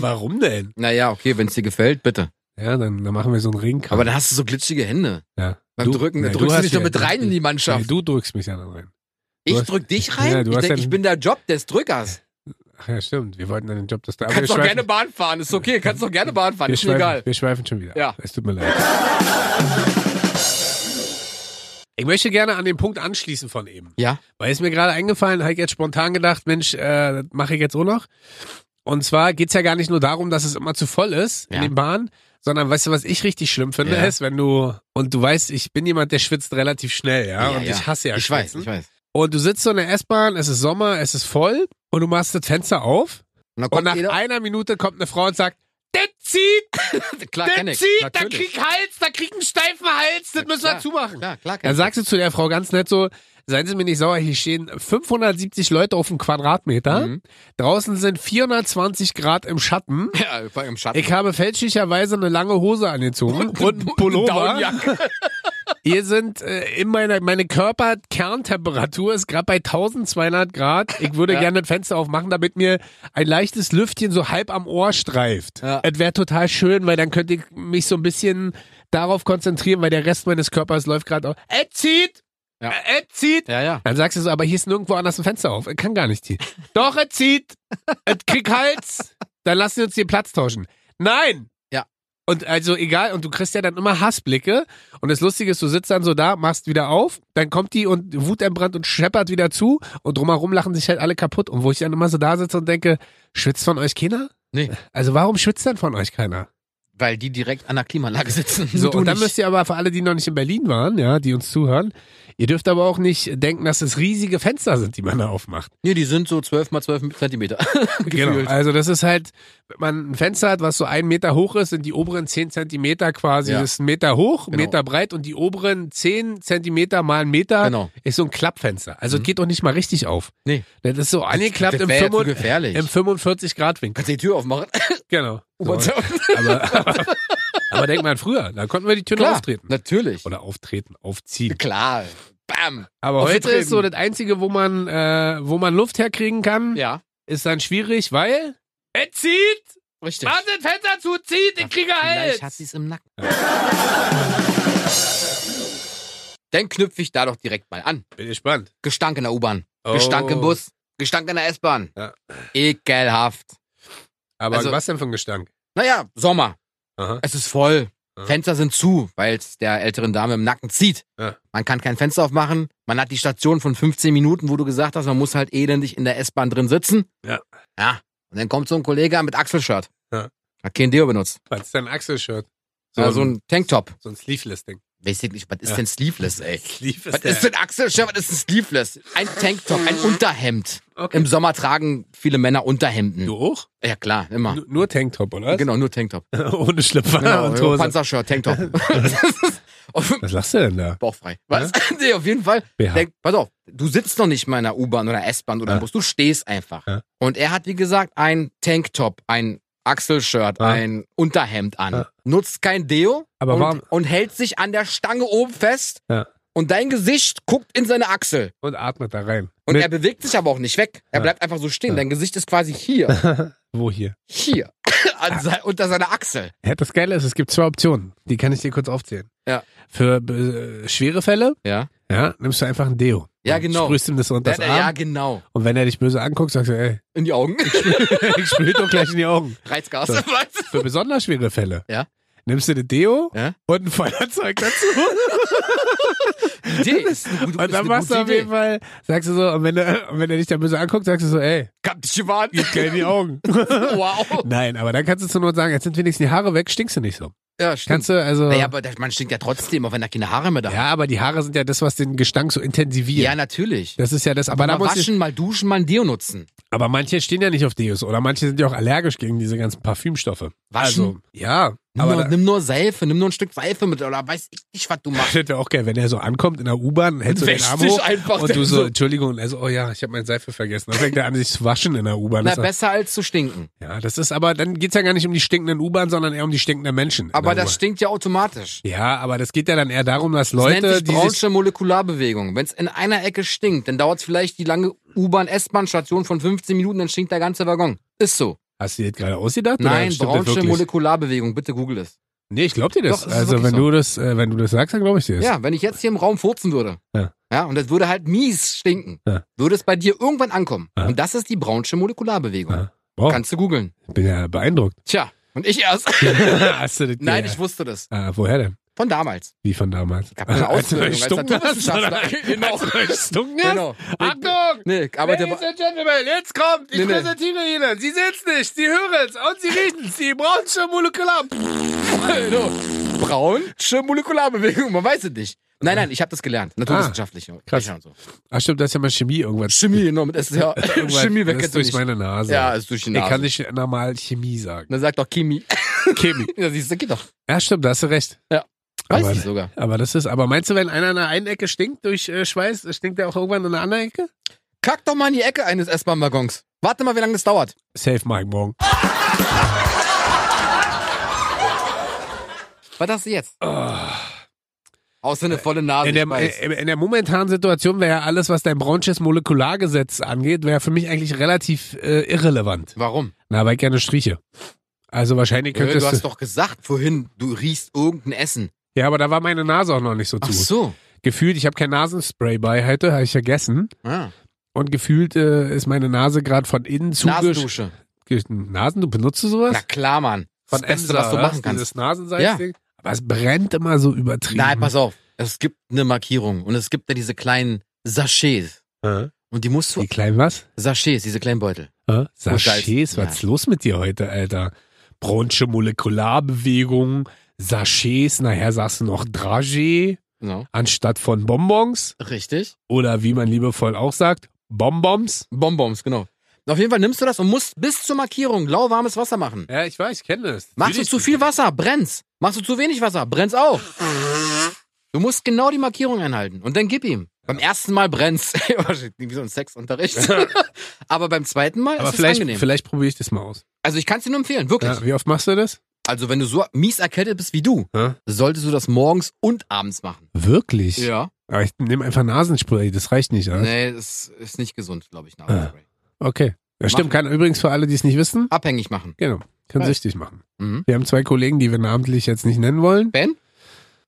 Speaker 2: Warum denn?
Speaker 1: naja, okay, wenn es dir gefällt, bitte.
Speaker 2: Ja, dann, dann machen wir so einen Regenkampf.
Speaker 1: Aber dann hast du so glitschige Hände.
Speaker 2: ja.
Speaker 1: Beim Drücken, da drückst du dich doch mit rein in die
Speaker 2: Nee,
Speaker 1: Mannschaft.
Speaker 2: du drückst mich ja dann rein. du
Speaker 1: ich
Speaker 2: hast-
Speaker 1: drück dich rein?
Speaker 2: Ja, du
Speaker 1: ich,
Speaker 2: hast
Speaker 1: denk,
Speaker 2: ja-
Speaker 1: ich bin der Job des Drückers.
Speaker 2: Ach ja, stimmt. Wir wollten dann den Job, dass du
Speaker 1: Kannst doch gerne Bahn fahren, ist okay. Kannst doch gerne Bahn fahren,
Speaker 2: wir
Speaker 1: ist mir
Speaker 2: schweifen,
Speaker 1: egal.
Speaker 2: wir schweifen schon wieder.
Speaker 1: Ja.
Speaker 2: Es tut mir leid. Ich möchte gerne an den Punkt anschließen von eben.
Speaker 1: Ja.
Speaker 2: Weil es mir gerade eingefallen, habe ich jetzt spontan gedacht, Mensch, äh, das mache ich jetzt auch noch. Und zwar geht's ja gar nicht nur darum, dass es immer zu voll ist in
Speaker 1: Ja.
Speaker 2: den Bahnen, sondern weißt du, was ich richtig schlimm finde,
Speaker 1: Ja.
Speaker 2: ist, wenn du, und du weißt, ich bin jemand, der schwitzt relativ schnell, ja,
Speaker 1: Ja,
Speaker 2: Ah, und
Speaker 1: ja.
Speaker 2: ich hasse ja
Speaker 1: Ich weiß,
Speaker 2: Schwitzen.
Speaker 1: ich weiß.
Speaker 2: Und du sitzt so in der S-Bahn, es ist Sommer, es ist voll, und du machst das Fenster auf,
Speaker 1: Und dann
Speaker 2: und
Speaker 1: kommt
Speaker 2: nach
Speaker 1: jeder.
Speaker 2: einer Minute kommt eine Frau und sagt, das zieht!
Speaker 1: <laughs> Klar,
Speaker 2: Das
Speaker 1: kenn ich.
Speaker 2: zieht, da
Speaker 1: Natürlich.
Speaker 2: krieg Hals, da krieg einen steifen Hals, das
Speaker 1: Ja,
Speaker 2: müssen wir
Speaker 1: klar,
Speaker 2: zumachen.
Speaker 1: Klar, klar, kenn
Speaker 2: Dann
Speaker 1: ich.
Speaker 2: sagst du zu der Frau ganz nett so, seien Sie mir nicht sauer, hier stehen 570 Leute auf dem Quadratmeter,
Speaker 1: Mhm.
Speaker 2: draußen sind 420 Grad im Schatten,
Speaker 1: <laughs> Ja, vor allem im Schatten.
Speaker 2: ich habe fälschlicherweise eine lange Hose
Speaker 1: <laughs>
Speaker 2: angezogen und, einen Pullover.
Speaker 1: Daunenjacke.
Speaker 2: Hier sind äh, in meiner, meine Körperkerntemperatur ist gerade bei 1200 Grad. Ich würde
Speaker 1: Ja.
Speaker 2: gerne das Fenster aufmachen, damit mir ein leichtes Lüftchen so halb am Ohr streift.
Speaker 1: Ja.
Speaker 2: Es wäre total schön, weil dann könnte ich mich so ein bisschen darauf konzentrieren, weil der Rest meines Körpers läuft gerade auf. Es zieht!
Speaker 1: Ja.
Speaker 2: Es zieht!
Speaker 1: Ja, ja.
Speaker 2: Dann sagst du so, aber hier ist nirgendwo anders ein Fenster auf. Es kann gar nicht ziehen. Doch, es zieht. Es krieg Hals. Dann lassen wir uns den Platz tauschen. Nein.
Speaker 1: Ja.
Speaker 2: Und also egal, und du kriegst ja dann immer Hassblicke. Und das Lustige ist, du sitzt dann so da, machst wieder auf, dann kommt die und wutentbrannt und scheppert wieder zu und drumherum lachen sich halt alle kaputt. Und wo ich dann immer so da sitze und denke, schwitzt von euch keiner?
Speaker 1: Nee.
Speaker 2: Also warum schwitzt denn von euch keiner?
Speaker 1: Weil die direkt an der Klimaanlage sitzen.
Speaker 2: So,
Speaker 1: Du
Speaker 2: und dann
Speaker 1: nicht.
Speaker 2: müsst ihr aber für alle, die noch nicht in Berlin waren, ja, die uns zuhören, ihr dürft aber auch nicht denken, dass es riesige Fenster sind, die man da aufmacht.
Speaker 1: Nee, die sind so 12 mal 12 Zentimeter. Gefühlt.
Speaker 2: Also das ist halt, wenn man ein Fenster hat, was so einen Meter hoch ist, sind die oberen 10 Zentimeter quasi,
Speaker 1: Ja.
Speaker 2: das ist ein Meter hoch, ein
Speaker 1: Genau.
Speaker 2: Meter breit und die oberen 10 Zentimeter mal einen Meter
Speaker 1: Genau.
Speaker 2: ist so ein Klappfenster. Also
Speaker 1: Mhm.
Speaker 2: geht doch nicht mal richtig auf.
Speaker 1: Nee.
Speaker 2: Das ist so angeklappt
Speaker 1: das
Speaker 2: Ah, im,
Speaker 1: wär ja zu
Speaker 2: 45
Speaker 1: gefährlich.
Speaker 2: im 45 Grad
Speaker 1: <laughs>
Speaker 2: Winkel.
Speaker 1: Kannst die Tür aufmachen?
Speaker 2: Genau. So. <laughs>
Speaker 1: Und so.
Speaker 2: Aber, aber, aber denk mal an früher, da konnten wir die Tür noch
Speaker 1: Klar,
Speaker 2: auftreten.
Speaker 1: natürlich.
Speaker 2: Oder auftreten, aufziehen.
Speaker 1: Klar. Bam.
Speaker 2: Aber
Speaker 1: Auf
Speaker 2: heute
Speaker 1: jeden
Speaker 2: ist so
Speaker 1: Fall.
Speaker 2: das Einzige, wo man, äh, wo man Luft herkriegen kann,
Speaker 1: Ja,
Speaker 2: ist dann schwierig, weil es zieht!
Speaker 1: richtig.
Speaker 2: Mach den Fenster zu, zieht, ich kriege
Speaker 1: Vielleicht hat
Speaker 2: Hals!
Speaker 1: sie es im Nacken. Dann knüpfe ich da doch direkt mal an.
Speaker 2: Bin gespannt.
Speaker 1: Gestank in der U-Bahn,
Speaker 2: Oh.
Speaker 1: Gestank im Bus, Gestank in der S-Bahn.
Speaker 2: Ja.
Speaker 1: Ekelhaft.
Speaker 2: Aber
Speaker 1: Also-
Speaker 2: was denn für ein Gestank?
Speaker 1: Naja, Sommer.
Speaker 2: Aha.
Speaker 1: Es ist voll.
Speaker 2: Ja.
Speaker 1: Fenster sind zu, weil es der älteren Dame im Nacken zieht.
Speaker 2: Ja.
Speaker 1: Man kann kein Fenster aufmachen. Man hat die Station von 15 Minuten, wo du gesagt hast, man muss halt elendig in der S-Bahn drin sitzen.
Speaker 2: Ja.
Speaker 1: Ja. Und dann kommt so ein Kollege an mit Achselshirt.
Speaker 2: Ja.
Speaker 1: Hat kein Deo benutzt.
Speaker 2: Was ist denn ein Achselshirt?
Speaker 1: So, so ein Tanktop.
Speaker 2: so ein Sleeveless-Ding.
Speaker 1: Weiß ich nicht, was ist
Speaker 2: Ja.
Speaker 1: denn Sleeveless, ey?
Speaker 2: Sleeveless.
Speaker 1: Was ist denn Achselshirt? Was ist denn Sleeveless? Ein Tanktop, ein Unterhemd.
Speaker 2: Okay.
Speaker 1: Im Sommer tragen viele Männer Unterhemden.
Speaker 2: Du auch?
Speaker 1: Ja klar, immer.
Speaker 2: Nur- Nur Tanktop, oder?
Speaker 1: Ah. Genau, nur Tanktop.
Speaker 2: <laughs> Ohne Schlüpfer
Speaker 1: Genau,
Speaker 2: und <laughs> Hose.
Speaker 1: Panzershirt, Tanktop. Auf,
Speaker 2: Was lachst du denn da?
Speaker 1: <laughs> bauchfrei. Was? <laughs> nee, auf jeden Fall.
Speaker 2: BH.
Speaker 1: Denk, pass auf, du sitzt noch nicht mal in einer U-Bahn oder S-Bahn oder
Speaker 2: Ja.
Speaker 1: im Bus, du stehst einfach.
Speaker 2: Ja.
Speaker 1: Und er hat, wie gesagt, ein Tanktop, ein Achselshirt,
Speaker 2: Ja.
Speaker 1: ein Unterhemd an.
Speaker 2: Ja.
Speaker 1: Nutzt kein Deo
Speaker 2: Aber warum-
Speaker 1: und, und hält sich an der Stange oben fest.
Speaker 2: Ja.
Speaker 1: Und dein Gesicht guckt in seine Achsel.
Speaker 2: Und atmet da rein.
Speaker 1: Und
Speaker 2: Mit-
Speaker 1: er bewegt sich aber auch nicht weg. Er
Speaker 2: Ja.
Speaker 1: bleibt einfach so stehen.
Speaker 2: Ja.
Speaker 1: Dein Gesicht ist quasi
Speaker 2: <laughs>
Speaker 1: hier.
Speaker 2: Wo hier?
Speaker 1: Hier. An se unter seiner Achsel.
Speaker 2: Ja, das Geile ist, es gibt zwei Optionen. Die kann ich dir kurz aufzählen.
Speaker 1: Ja.
Speaker 2: Für äh, schwere Fälle
Speaker 1: Ja.
Speaker 2: ja, nimmst du einfach ein Deo.
Speaker 1: Ja,
Speaker 2: Und
Speaker 1: genau.
Speaker 2: Sprühst ihm das unter
Speaker 1: Ja,
Speaker 2: das Arm.
Speaker 1: ja, genau.
Speaker 2: Und wenn er dich böse anguckt, sagst du, ey, <laughs>
Speaker 1: In die Augen.
Speaker 2: ich spüle doch gleich in die Augen.
Speaker 1: Reizgas. <laughs>
Speaker 2: So.
Speaker 1: Was?
Speaker 2: Für besonders schwere Fälle.
Speaker 1: Ja.
Speaker 2: Nimmst du den Deo
Speaker 1: Ja.
Speaker 2: und ein
Speaker 1: <laughs>
Speaker 2: Feuerzeug dazu.
Speaker 1: Idee ist eine gute,
Speaker 2: und
Speaker 1: ist eine
Speaker 2: dann machst du
Speaker 1: gute
Speaker 2: auf jeden
Speaker 1: Idee.
Speaker 2: Fall, sagst du so, und wenn, du, und wenn er dich dann böse anguckt, sagst du so, ey,
Speaker 1: Hab dich gewarnt.
Speaker 2: gib gleich in die Augen.
Speaker 1: <laughs> Wow.
Speaker 2: Nein, aber dann kannst du zur Not sagen, jetzt sind wenigstens die Haare weg, stinkst du nicht so.
Speaker 1: Ja, stimmt.
Speaker 2: Kannst du, also.
Speaker 1: naja, aber der- man stinkt ja trotzdem, auch wenn da keine Haare mehr da sind.
Speaker 2: ja, aber die Haare sind ja das, was den Gestank so intensiviert.
Speaker 1: Ja, natürlich.
Speaker 2: Das ist ja das, aber, da
Speaker 1: mal
Speaker 2: muss ich,
Speaker 1: waschen, mal duschen, mal ein Deo nutzen.
Speaker 2: aber manche stehen ja nicht auf Deos oder manche sind ja auch allergisch gegen diese ganzen Parfümstoffe.
Speaker 1: Waschen?
Speaker 2: Also, ja,
Speaker 1: Nimm,
Speaker 2: aber
Speaker 1: nur,
Speaker 2: da,
Speaker 1: nimm nur Seife, nimm nur ein Stück Seife mit oder weiß ich nicht, was du
Speaker 2: <laughs>
Speaker 1: machst.
Speaker 2: das wäre auch geil, wenn er so ankommt in der U-Bahn, hältst du den
Speaker 1: Wäscht
Speaker 2: Arm
Speaker 1: sich
Speaker 2: hoch
Speaker 1: einfach
Speaker 2: und du
Speaker 1: dann
Speaker 2: so,
Speaker 1: so.
Speaker 2: Entschuldigung, und er so, oh ja, ich habe mein Seife vergessen. Dann fängt er an, sich zu waschen in der U-Bahn.
Speaker 1: Na,
Speaker 2: Das-
Speaker 1: besser als zu stinken.
Speaker 2: Ja, das ist aber, dann geht's ja gar nicht um die stinkenden U-Bahn, sondern eher um die stinkenden Menschen. in
Speaker 1: Aber
Speaker 2: der
Speaker 1: das
Speaker 2: U-Bahn.
Speaker 1: stinkt ja automatisch.
Speaker 2: Ja, aber das geht ja dann eher darum, dass
Speaker 1: Das nennt
Speaker 2: Leute,
Speaker 1: sich
Speaker 2: die sich,
Speaker 1: braunsche Molekularbewegung. Wenn es in einer Ecke stinkt, dann dauert es vielleicht die lange U-Bahn-S-Bahn-Station von 15 Minuten, dann stinkt der ganze Waggon. Ist so.
Speaker 2: hast du dir das gerade ausgedacht? oder
Speaker 1: Nein,
Speaker 2: stimmt das
Speaker 1: braunsche
Speaker 2: wirklich?
Speaker 1: Molekularbewegung. Bitte google es.
Speaker 2: Nee, ich glaub dir das.
Speaker 1: Doch, es ist
Speaker 2: also,
Speaker 1: wirklich
Speaker 2: wenn
Speaker 1: so.
Speaker 2: du das, äh, wenn du das sagst, dann glaube ich dir das.
Speaker 1: Ja, wenn ich jetzt hier im Raum furzen würde.
Speaker 2: Ja.
Speaker 1: Ja, und das würde halt mies stinken.
Speaker 2: Ja.
Speaker 1: Würde es bei dir irgendwann ankommen.
Speaker 2: Ja.
Speaker 1: Und das ist die braunsche Molekularbewegung.
Speaker 2: Ja. Oh. Wow,
Speaker 1: Kannst du googeln.
Speaker 2: bin ja beeindruckt. <laughs>
Speaker 1: Tja, und ich erst.
Speaker 2: hast du das
Speaker 1: <laughs> Nein,
Speaker 2: dir-
Speaker 1: ich wusste das.
Speaker 2: Ah, woher denn?
Speaker 1: Von damals.
Speaker 2: Wie von damals?
Speaker 1: Ich hab eine
Speaker 2: Als du
Speaker 1: Ausbildung
Speaker 2: euch
Speaker 1: als
Speaker 2: stunken hast,
Speaker 1: Naturwissenschaftler.
Speaker 2: oder?
Speaker 1: Genau.
Speaker 2: Als du euch stunken hast?
Speaker 1: Genau.
Speaker 2: Achtung!
Speaker 1: Nee, ich arbeite
Speaker 2: Ladies and Gentlemen, jetzt kommt! Ich
Speaker 1: Nee, nee.
Speaker 2: präsentiere Ihnen! Sie sehen's nicht, Sie hören's und Sie riechen's! Sie brauchen schon Molekular...
Speaker 1: genau. braunsche Molekularbewegung. Man weiß es nicht. Nein, nein, ich habe das gelernt. Naturwissenschaftlich.
Speaker 2: Ah, krass.
Speaker 1: Fächer und So.
Speaker 2: Ach stimmt, das ist ja mal Chemie irgendwas.
Speaker 1: Chemie, genau. Mit
Speaker 2: <laughs>
Speaker 1: S, ja. <laughs>
Speaker 2: Irgendwas-
Speaker 1: Chemie
Speaker 2: das
Speaker 1: weckt
Speaker 2: ist
Speaker 1: du
Speaker 2: durch
Speaker 1: nicht.
Speaker 2: meine Nase.
Speaker 1: Ja, ist durch die Nase.
Speaker 2: Ich kann nicht normal Chemie sagen.
Speaker 1: Dann sagt doch Chemie.
Speaker 2: Chemie.
Speaker 1: Ja, siehst du, geht doch.
Speaker 2: Ja, stimmt, da hast du recht.
Speaker 1: Ja. Weiß
Speaker 2: Aber, ne.
Speaker 1: ich sogar.
Speaker 2: aber das ist, aber meinst du, wenn einer in einer einen Ecke stinkt durch äh, Schweiß, stinkt der auch irgendwann in einer anderen Ecke?
Speaker 1: Kack doch mal in die Ecke eines S-Bahn-Waggons. Warte mal, wie lange das dauert.
Speaker 2: Safe, Mike, morgen.
Speaker 1: Ah, Was hast du jetzt? Außer eine volle Nase.
Speaker 2: Ah. Äh, In äh, der,
Speaker 1: ich weiß.
Speaker 2: in der momentanen Situation wäre ja alles, was dein braunsches Molekulargesetz angeht, wäre für mich eigentlich relativ äh, irrelevant.
Speaker 1: Warum?
Speaker 2: Na, weil ich gerne striche. Also wahrscheinlich
Speaker 1: Äh, Du
Speaker 2: könntest
Speaker 1: hast doch gesagt vorhin, du riechst irgendein Essen.
Speaker 2: Ja, aber da war meine Nase auch noch nicht so
Speaker 1: Ach
Speaker 2: zu.
Speaker 1: so.
Speaker 2: Gefühlt, ich habe kein Nasenspray bei heute, habe ich vergessen.
Speaker 1: Ah.
Speaker 2: Und gefühlt äh, ist meine Nase gerade von innen zugesch...
Speaker 1: Nasendusche.
Speaker 2: Ge- Nasen, du benutzt du sowas?
Speaker 1: Na klar, Mann. Das
Speaker 2: von
Speaker 1: Beste,
Speaker 2: Emser,
Speaker 1: was du machen
Speaker 2: was?
Speaker 1: kannst.
Speaker 2: Dieses Nasensalzding. Aber es brennt immer so übertrieben.
Speaker 1: Nein, pass auf. Es gibt eine Markierung und es gibt ja diese kleinen Sachets.
Speaker 2: Äh,
Speaker 1: Und die musst du.
Speaker 2: Die kleinen was?
Speaker 1: Sachets, diese kleinen Beutel.
Speaker 2: Hä?
Speaker 1: Scheiß.
Speaker 2: Sachets, was ist los mit dir heute, Alter? Braunsche Molekularbewegung, Sachets, nachher sagst du noch Dragé
Speaker 1: Genau.
Speaker 2: anstatt von Bonbons
Speaker 1: Richtig.
Speaker 2: oder wie man liebevoll auch sagt, Bonbons.
Speaker 1: Bonbons, genau. Auf jeden Fall nimmst du das und musst bis zur Markierung lauwarmes Wasser machen.
Speaker 2: Ja, ich weiß, ich kenne das.
Speaker 1: Machst du zu viel Wasser, brennst. Machst du zu wenig Wasser, brennst auch. Du musst genau die Markierung einhalten und dann gib ihm. Beim ersten Mal <laughs> brennst. Wie so ein Sexunterricht. <laughs> Aber beim zweiten Mal
Speaker 2: Aber
Speaker 1: ist
Speaker 2: vielleicht,
Speaker 1: es angenehm.
Speaker 2: vielleicht probiere ich das mal aus.
Speaker 1: Also ich kann es dir nur empfehlen, wirklich.
Speaker 2: Ja, wie oft machst du das?
Speaker 1: Also wenn du so mies erkältet bist wie du,
Speaker 2: Ja.
Speaker 1: solltest du das morgens und abends machen.
Speaker 2: Wirklich?
Speaker 1: Ja.
Speaker 2: Aber ich nehme einfach Nasenspray, das reicht nicht, oder?
Speaker 1: Nee, das ist nicht gesund, glaube ich. Nasenspray.
Speaker 2: Okay. Ja, stimmt,
Speaker 1: Machen.
Speaker 2: kann übrigens für alle, die es nicht wissen,
Speaker 1: Abhängig machen.
Speaker 2: genau, kann
Speaker 1: Weiß.
Speaker 2: süchtig machen.
Speaker 1: Mhm.
Speaker 2: Wir haben zwei Kollegen, die wir namentlich jetzt nicht nennen wollen.
Speaker 1: Ben?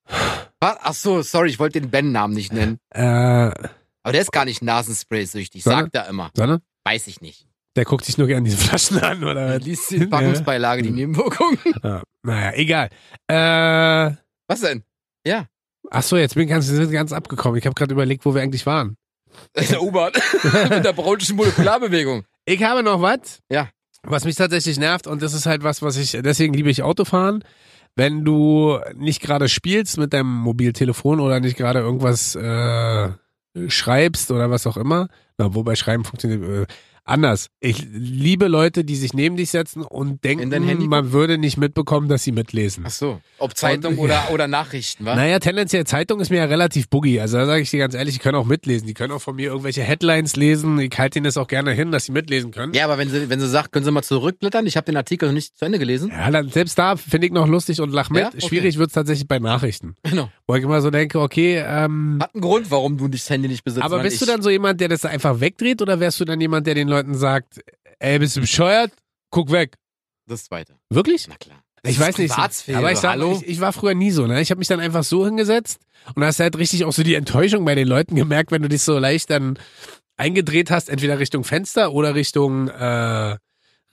Speaker 1: Was? Ach so, sorry, ich wollte den Ben-Namen nicht nennen.
Speaker 2: Äh,
Speaker 1: Aber der ist gar nicht Nasenspray-süchtig,
Speaker 2: Sondern-
Speaker 1: sagt er immer.
Speaker 2: sondern?
Speaker 1: Weiß ich nicht.
Speaker 2: Der guckt sich nur gerne diese <laughs> Flaschen an, oder?
Speaker 1: Er <laughs>
Speaker 2: was?
Speaker 1: Äh,
Speaker 2: <laughs>
Speaker 1: liest die Packungsbeilage, die
Speaker 2: Hm.
Speaker 1: Nebenwirkungen.
Speaker 2: Ja, naja, egal. Äh,
Speaker 1: <laughs> Was denn?
Speaker 2: ach so, jetzt bin ich ganz, sind wir ganz abgekommen. Ich habe gerade überlegt, wo wir eigentlich waren.
Speaker 1: In der U-Bahn. <laughs> Mit der braunschen Molekularbewegung.
Speaker 2: Ich habe noch was.
Speaker 1: Ja.
Speaker 2: Was mich tatsächlich nervt und das ist halt was, was ich, deswegen liebe ich Autofahren. Wenn du nicht gerade spielst mit deinem Mobiltelefon oder nicht gerade irgendwas äh, schreibst oder was auch immer, na, wobei Schreiben funktioniert, äh, anders. Ich liebe Leute, die sich neben dich setzen und denken,
Speaker 1: In dein Handy
Speaker 2: man würde nicht mitbekommen, dass sie mitlesen.
Speaker 1: Ach so. Ob Zeitung
Speaker 2: Und-
Speaker 1: oder, oder Nachrichten, wa?
Speaker 2: Naja, tendenziell Zeitung ist mir ja relativ boogie. Also da sage ich dir ganz ehrlich, die können auch mitlesen. Die können auch von mir irgendwelche Headlines lesen. Ich halte ihnen das auch gerne hin, dass sie mitlesen können.
Speaker 1: Ja, aber wenn sie, wenn sie sagt, können Sie mal zurückblättern, ich habe den Artikel noch nicht zu Ende
Speaker 2: <laughs>
Speaker 1: gelesen.
Speaker 2: Ja, dann, selbst da finde ich noch lustig und lach mit.
Speaker 1: Ja? Okay.
Speaker 2: Schwierig wird's tatsächlich bei Nachrichten.
Speaker 1: Genau.
Speaker 2: Wo ich immer so denke, okay, ähm,
Speaker 1: Hat einen Grund, warum du das Handy nicht besitzt.
Speaker 2: aber
Speaker 1: Mann.
Speaker 2: bist du
Speaker 1: Ich-
Speaker 2: dann so jemand, der das einfach wegdreht oder wärst du dann jemand, der den Leuten sagt, ey, bist du bescheuert? Guck weg.
Speaker 1: Das zweite.
Speaker 2: Wirklich?
Speaker 1: Na klar.
Speaker 2: Ich
Speaker 1: Das
Speaker 2: weiß
Speaker 1: ist
Speaker 2: nicht.
Speaker 1: Privatsphäre,
Speaker 2: Aber ich, sag,
Speaker 1: hallo?
Speaker 2: Ich, ich war früher nie so, ne? Ich habe mich dann einfach so hingesetzt und hast halt richtig auch so die Enttäuschung bei den Leuten gemerkt, wenn du dich so leicht dann eingedreht hast, entweder Richtung Fenster oder Richtung äh,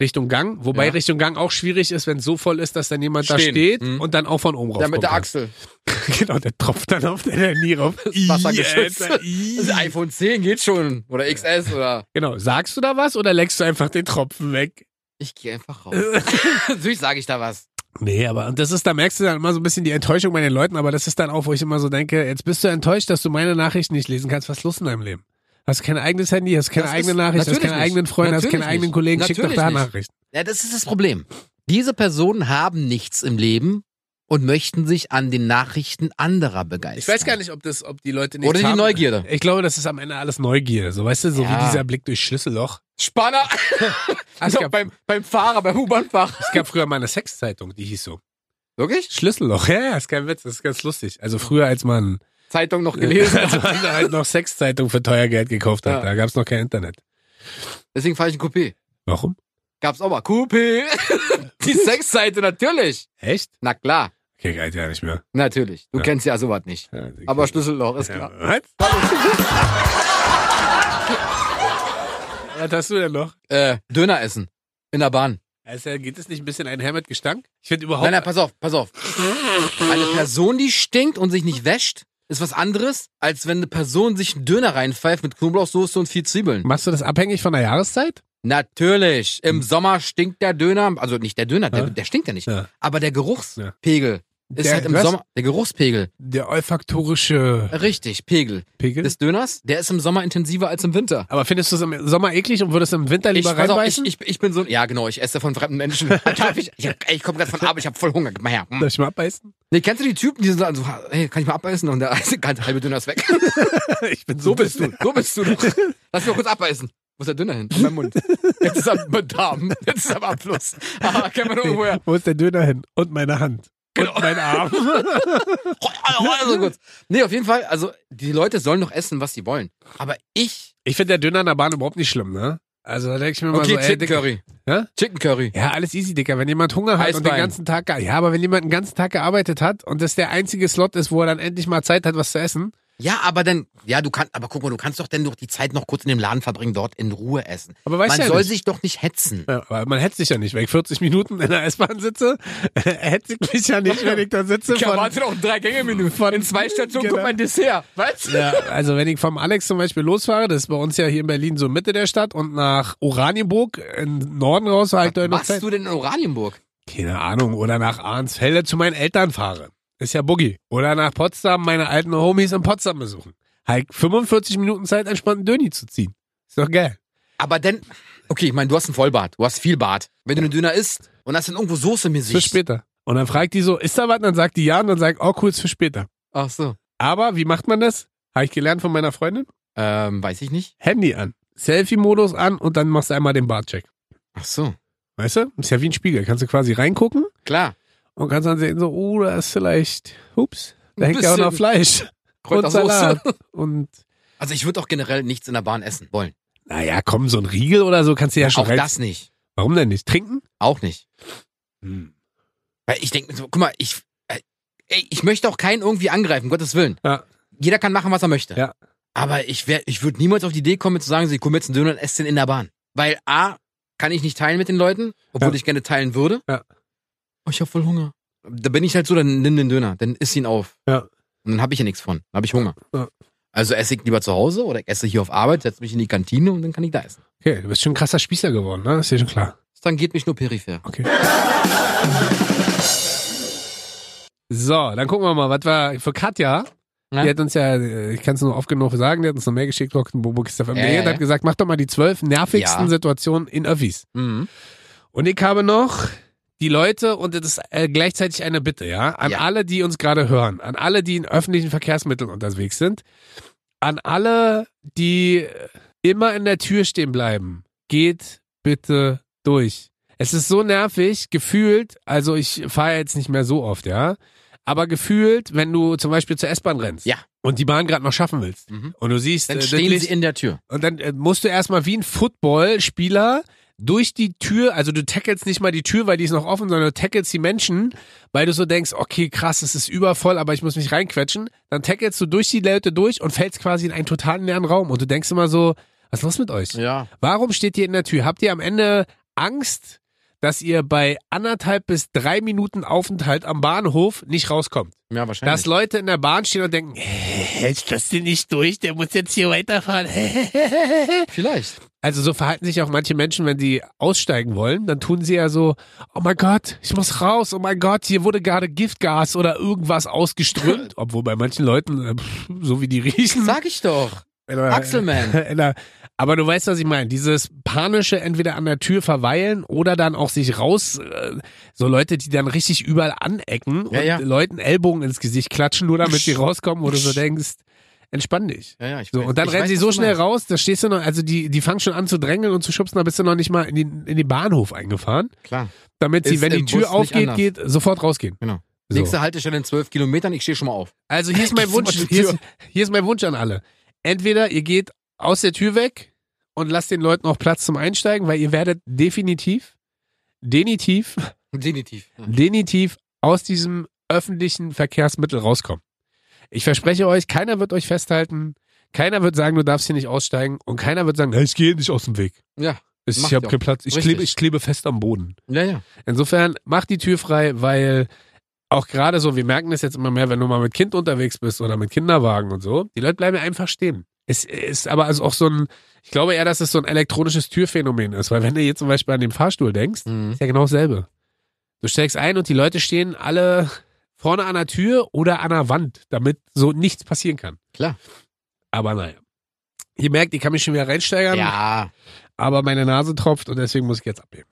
Speaker 2: Richtung Gang. Wobei
Speaker 1: Ja.
Speaker 2: Richtung Gang auch schwierig ist, wenn es so voll ist, dass dann jemand da
Speaker 1: Stehen.
Speaker 2: steht
Speaker 1: Mhm.
Speaker 2: und dann auch von oben rauf.
Speaker 1: Ja, mit der Achsel.
Speaker 2: <laughs> genau, der tropft dann auf deine Knie rauf. Ih,
Speaker 1: Wasser geschützt.
Speaker 2: Alter, ih.
Speaker 1: Das iPhone 10 geht schon. Oder XS oder.
Speaker 2: Genau. Sagst du da was oder leckst du einfach den Tropfen weg?
Speaker 1: Ich gehe einfach <laughs> raus. Natürlich sage ich da was.
Speaker 2: Nee, aber und das ist, da merkst du dann immer so ein bisschen die Enttäuschung bei den Leuten, aber das ist dann auch, wo ich immer so denke, jetzt bist du enttäuscht, dass du meine Nachrichten nicht lesen kannst. Was ist los in deinem Leben? Hast kein eigenes Handy, hast keine
Speaker 1: Das
Speaker 2: eigene
Speaker 1: ist-
Speaker 2: Nachricht, hast
Speaker 1: natürlich
Speaker 2: keine
Speaker 1: nicht.
Speaker 2: eigenen Freunde, hast
Speaker 1: Natürlich
Speaker 2: keine eigenen
Speaker 1: nicht.
Speaker 2: Kollegen, schick doch
Speaker 1: Natürlich
Speaker 2: da
Speaker 1: nicht.
Speaker 2: Nachrichten.
Speaker 1: Ja, das ist das Problem. Diese Personen haben nichts im Leben und möchten sich an den Nachrichten anderer begeistern.
Speaker 2: Ich weiß gar nicht, ob das, ob die Leute nicht.
Speaker 1: Oder die Neugierde.
Speaker 2: Ich glaube, das ist am Ende alles Neugier. So, weißt du, so wie
Speaker 1: Ja.
Speaker 2: dieser Blick durchs Schlüsselloch.
Speaker 1: Spanner also
Speaker 2: Ah, es, gab,
Speaker 1: beim, beim Fahrer, beim U-Bahn-Fahrer.
Speaker 2: es gab früher mal eine Sexzeitung, die hieß so.
Speaker 1: Wirklich?
Speaker 2: Schlüsselloch, ja, ja, ist kein Witz, das ist ganz lustig. Also früher, als man
Speaker 1: Zeitung noch gelesen.
Speaker 2: <laughs> Als man da halt noch Sexzeitung für teuer Geld gekauft hat.
Speaker 1: Ja.
Speaker 2: Da gab's noch kein Internet.
Speaker 1: Deswegen fahre ich ein Coupé.
Speaker 2: Warum?
Speaker 1: Gab's auch mal. Coupé. <laughs> Die Sexseite, natürlich.
Speaker 2: Echt?
Speaker 1: Na klar,
Speaker 2: Okay, geht ja nicht mehr.
Speaker 1: natürlich. Du
Speaker 2: Ja.
Speaker 1: kennst ja sowas nicht.
Speaker 2: Ja,
Speaker 1: Aber Schlüsselloch ist
Speaker 2: ja. Halt.
Speaker 1: klar.
Speaker 2: Was? <laughs> Was hast du denn noch?
Speaker 1: Äh, Döner essen. In der Bahn.
Speaker 2: Also, geht es nicht ein bisschen einher mit Gestank? Ich finde überhaupt.
Speaker 1: Nein, nein, pass auf, pass auf. Eine Person, die stinkt und sich nicht wäscht, ist was anderes, als wenn eine Person sich einen Döner reinpfeift mit Knoblauchsoße und vier Zwiebeln.
Speaker 2: Machst du das abhängig von der Jahreszeit?
Speaker 1: Natürlich. Im Sommer stinkt der Döner, also nicht der Döner, der,
Speaker 2: Hm. Ja.
Speaker 1: der stinkt ja nicht.
Speaker 2: Ja.
Speaker 1: Aber der Geruchspegel ist
Speaker 2: Der
Speaker 1: halt im
Speaker 2: was?
Speaker 1: Sommer. Der Geruchspegel.
Speaker 2: Der olfaktorische
Speaker 1: Richtig, Pegel.
Speaker 2: Pegel.
Speaker 1: Des Döners, der ist im Sommer intensiver als im Winter.
Speaker 2: aber findest du es im Sommer eklig und würdest im Winter
Speaker 1: Ich,
Speaker 2: lieber
Speaker 1: pass auf, ich,
Speaker 2: reinbeißen?
Speaker 1: ich, ich bin so ein. Ja, genau, ich esse von fremden
Speaker 2: <laughs>
Speaker 1: Menschen. Darf ich ich, hab- ey, ich komme gerade von Arbeit, ich habe voll Hunger. Gib mal her. Hm.
Speaker 2: Darf ich mal abbeißen? <laughs>
Speaker 1: Nee, kennst du die Typen, die sind dann so, also, hey, kann ich mal abbeißen? Und der <laughs> ganze halbe Döner ist weg.
Speaker 2: ich bin
Speaker 1: So bist du, so bist du doch. Lass mich mal kurz abbeißen. Wo ist der Döner hin? In meinem Mund. Jetzt ist er am Darm, jetzt ist er am Abfluss. Ah, kennen wir doch irgendwo her.
Speaker 2: Wo ist der Döner hin? Und meine Hand.
Speaker 1: Genau.
Speaker 2: Und mein Arm.
Speaker 1: <laughs> Also gut. Nee, auf jeden Fall, also die Leute sollen doch essen, was sie wollen. Aber ich.
Speaker 2: Ich finde der Döner in der Bahn überhaupt nicht schlimm, ne? Also da denke ich mir mal
Speaker 1: Okay,
Speaker 2: so, ey,
Speaker 1: Chicken
Speaker 2: Dicker.
Speaker 1: Curry.
Speaker 2: Ja?
Speaker 1: Chicken Curry.
Speaker 2: Ja, alles easy, Dicker. Wenn jemand Hunger hat und den
Speaker 1: Eisbein.
Speaker 2: ganzen Tag, ge- ja, aber wenn jemand den ganzen Tag gearbeitet hat und das der einzige Slot ist, wo er dann endlich mal Zeit hat, was zu essen,
Speaker 1: Ja, aber dann, ja, du kannst, aber guck mal, du kannst doch dann doch die Zeit noch kurz in dem Laden verbringen, dort in Ruhe essen.
Speaker 2: aber
Speaker 1: Man
Speaker 2: weißt du ja
Speaker 1: soll
Speaker 2: nicht.
Speaker 1: sich doch nicht hetzen.
Speaker 2: Ja, aber man hetzt sich ja nicht, wenn ich 40 Minuten in der S-Bahn sitze, <laughs> hetze ich mich ja nicht, wenn ich da sitze. Von,
Speaker 1: auch ein Drei-Gänge-Menü. In zwei Stationen
Speaker 2: Genau. kommt mein
Speaker 1: Dessert. Weißt
Speaker 2: ja, also wenn ich vom Alex zum Beispiel losfahre, das ist bei uns ja hier in Berlin so Mitte der Stadt und nach Oranienburg in den Norden raus, halt da noch
Speaker 1: Was
Speaker 2: Zeit.
Speaker 1: machst du denn in Oranienburg?
Speaker 2: Keine Ahnung, oder nach Arnsfelde zu meinen Eltern fahre. Ist ja Boogie. Oder nach Potsdam meine alten Homies in Potsdam besuchen. Halt 45 Minuten Zeit, entspannten Döni zu ziehen. Ist doch geil.
Speaker 1: Aber dann, okay, ich meine, du hast einen Vollbart, du hast viel Bart. Wenn du einen Döner isst und hast dann irgendwo Soße im
Speaker 2: Bis
Speaker 1: Gesicht.
Speaker 2: später. Und dann fragt die so, ist da was? Und dann sagt die ja und dann sagt, oh cool, ist für später.
Speaker 1: Ach so.
Speaker 2: Aber wie macht man das? Habe ich gelernt von meiner Freundin.
Speaker 1: Ähm, weiß ich nicht.
Speaker 2: Handy an. Selfie-Modus an und dann machst du einmal den Bartcheck.
Speaker 1: Ach so.
Speaker 2: Weißt du? Ist ja wie ein Spiegel. Kannst du quasi reingucken
Speaker 1: Klar.
Speaker 2: und kannst dann sehen, so, oh, da ist vielleicht, ups, da
Speaker 1: Ein
Speaker 2: hängt ja auch noch
Speaker 1: bisschen
Speaker 2: Fleisch. Und
Speaker 1: Kräutersoße.
Speaker 2: Salat. Und
Speaker 1: Also ich würde auch generell nichts in der Bahn essen wollen.
Speaker 2: Naja, komm, so ein Riegel oder so kannst du ja schon
Speaker 1: auch
Speaker 2: rein-
Speaker 1: das nicht.
Speaker 2: Warum denn nicht? Trinken?
Speaker 1: Auch nicht. Weil ich denke mir so, guck mal, ich, äh, ey, ich möchte auch keinen irgendwie angreifen, um Gottes Willen.
Speaker 2: Ja.
Speaker 1: Jeder kann machen, was er möchte.
Speaker 2: Ja.
Speaker 1: Aber ich wär, ich würde niemals auf die Idee kommen, zu sagen, so, ich komme jetzt einen Döner und esse den in der Bahn. Weil A, kann ich nicht teilen mit den Leuten, obwohl
Speaker 2: Ja.
Speaker 1: ich gerne teilen würde.
Speaker 2: Ja.
Speaker 1: Oh, ich habe voll Hunger. Da bin ich halt so, dann nimm den Döner, dann iss ihn auf.
Speaker 2: Ja.
Speaker 1: Und dann habe ich ja nichts von. Dann habe ich Hunger.
Speaker 2: Ja.
Speaker 1: Also esse ich lieber zu Hause oder ich esse hier auf Arbeit, setze mich in die Kantine und dann kann ich da essen.
Speaker 2: Okay, du bist schon ein krasser Spießer geworden, ne? Ist dir schon klar.
Speaker 1: Das tangiert mich nur peripher.
Speaker 2: Okay. So, dann gucken wir mal, was wir für Katja
Speaker 1: Ja.
Speaker 2: Die hat uns ja, äh, ich kann es nur oft genug sagen, die hat uns eine Mail geschickt, Rock'n'Bobo-Kiss.de
Speaker 1: Ja, ja,
Speaker 2: und
Speaker 1: ja.
Speaker 2: hat gesagt, mach doch mal die zwölf nervigsten
Speaker 1: Ja.
Speaker 2: Situationen in Öffis.
Speaker 1: Mhm.
Speaker 2: Und ich habe noch die Leute und das ist äh, gleichzeitig eine Bitte, ja, an
Speaker 1: Ja.
Speaker 2: alle, die uns gerade hören, an alle, die in öffentlichen Verkehrsmitteln unterwegs sind, an alle, die immer in der Tür stehen bleiben, geht bitte durch. Es ist so nervig, gefühlt, also ich fahre jetzt nicht mehr so oft, ja, aber gefühlt, wenn du zum Beispiel zur S-Bahn rennst
Speaker 1: Ja.
Speaker 2: und die Bahn gerade noch schaffen willst
Speaker 1: Mhm.
Speaker 2: und du siehst, äh,
Speaker 1: Dann
Speaker 2: das
Speaker 1: stehen
Speaker 2: Licht-
Speaker 1: sie in der Tür.
Speaker 2: und dann äh, musst du erstmal wie ein Footballspieler durch die Tür, also du tackelst nicht mal die Tür, weil die ist noch offen, sondern du tackelst die Menschen, weil du so denkst, okay, krass, es ist übervoll, aber ich muss mich reinquetschen. Dann tackelst du durch die Leute durch und fällst quasi in einen totalen leeren Raum. Und du denkst immer so, was ist los mit euch?
Speaker 1: Ja.
Speaker 2: Warum steht ihr in der Tür? Habt ihr am Ende Angst, dass ihr bei anderthalb bis drei Minuten Aufenthalt am Bahnhof nicht rauskommt?
Speaker 1: Ja, wahrscheinlich.
Speaker 2: Dass Leute in der Bahn stehen und denken, "Hä, ich lass den nicht durch, der muss jetzt hier weiterfahren. <laughs>
Speaker 1: Vielleicht.
Speaker 2: Also so verhalten sich auch manche Menschen, wenn sie aussteigen wollen, dann tun sie ja so, oh mein Gott, ich muss raus, oh mein Gott, hier wurde gerade Giftgas oder irgendwas ausgeströmt. Obwohl bei manchen Leuten, äh, pff, so wie die riechen.
Speaker 1: Sag ich doch.
Speaker 2: Oder-
Speaker 1: <laughs>
Speaker 2: <laughs>
Speaker 1: Axelman.
Speaker 2: Oder- Aber du weißt, was ich meine. Dieses panische entweder an der Tür verweilen oder dann auch sich raus, äh, so Leute, die dann richtig überall anecken und
Speaker 1: Ja, ja.
Speaker 2: Leuten Ellbogen ins Gesicht klatschen, nur damit sie rauskommen, wo du so denkst, entspann dich.
Speaker 1: Ja, ja, ich
Speaker 2: So,
Speaker 1: weiß-
Speaker 2: und dann
Speaker 1: ich
Speaker 2: rennen
Speaker 1: weiß,
Speaker 2: sie
Speaker 1: was
Speaker 2: so
Speaker 1: du
Speaker 2: schnell
Speaker 1: meinst.
Speaker 2: raus, da stehst du noch, also die, die fangen schon an zu drängeln und zu schubsen, da bist du noch nicht mal in den, in den Bahnhof eingefahren,
Speaker 1: Klar.
Speaker 2: damit sie,
Speaker 1: Ist
Speaker 2: wenn die
Speaker 1: im
Speaker 2: Tür
Speaker 1: Bus nicht
Speaker 2: aufgeht,
Speaker 1: anders.
Speaker 2: geht, sofort rausgehen.
Speaker 1: Genau.
Speaker 2: So.
Speaker 1: Nächste Haltestelle in zwölf Kilometern, ich stehe schon mal auf.
Speaker 2: Also hier ist
Speaker 1: <laughs>
Speaker 2: mein
Speaker 1: Gehst du mal
Speaker 2: Wunsch,
Speaker 1: zur
Speaker 2: hier ist,
Speaker 1: Tür.
Speaker 2: hier ist mein Wunsch an alle. Entweder ihr geht aus der Tür weg und lasst den Leuten auch Platz zum Einsteigen, weil ihr werdet definitiv, denitiv,
Speaker 1: Definitiv. Ja.
Speaker 2: denitiv aus diesem öffentlichen Verkehrsmittel rauskommen. Ich verspreche euch, keiner wird euch festhalten, keiner wird sagen, du darfst hier nicht aussteigen und keiner wird sagen, "Na, ich gehe nicht aus dem Weg.
Speaker 1: Ja,
Speaker 2: Ich
Speaker 1: Macht
Speaker 2: habe
Speaker 1: ja
Speaker 2: keinen Platz, ich
Speaker 1: Richtig.
Speaker 2: klebe, ich klebe fest am Boden.
Speaker 1: ja, ja.
Speaker 2: Insofern macht die Tür frei, weil auch gerade so, wir merken das jetzt immer mehr, wenn du mal mit Kind unterwegs bist oder mit Kinderwagen und so, die Leute bleiben ja einfach stehen. Es ist aber also auch so ein, ich glaube eher, dass es so ein elektronisches Türphänomen ist, weil wenn du jetzt zum Beispiel an den Fahrstuhl denkst,
Speaker 1: Mhm.
Speaker 2: ist ja genau dasselbe. Du steigst ein und die Leute stehen alle vorne an der Tür oder an der Wand, damit so nichts passieren kann.
Speaker 1: Klar.
Speaker 2: Aber naja. Ihr merkt, ich kann mich schon wieder
Speaker 1: Ähm,
Speaker 2: reinsteigern,
Speaker 1: Ja.
Speaker 2: aber meine Nase tropft und deswegen muss ich jetzt abheben.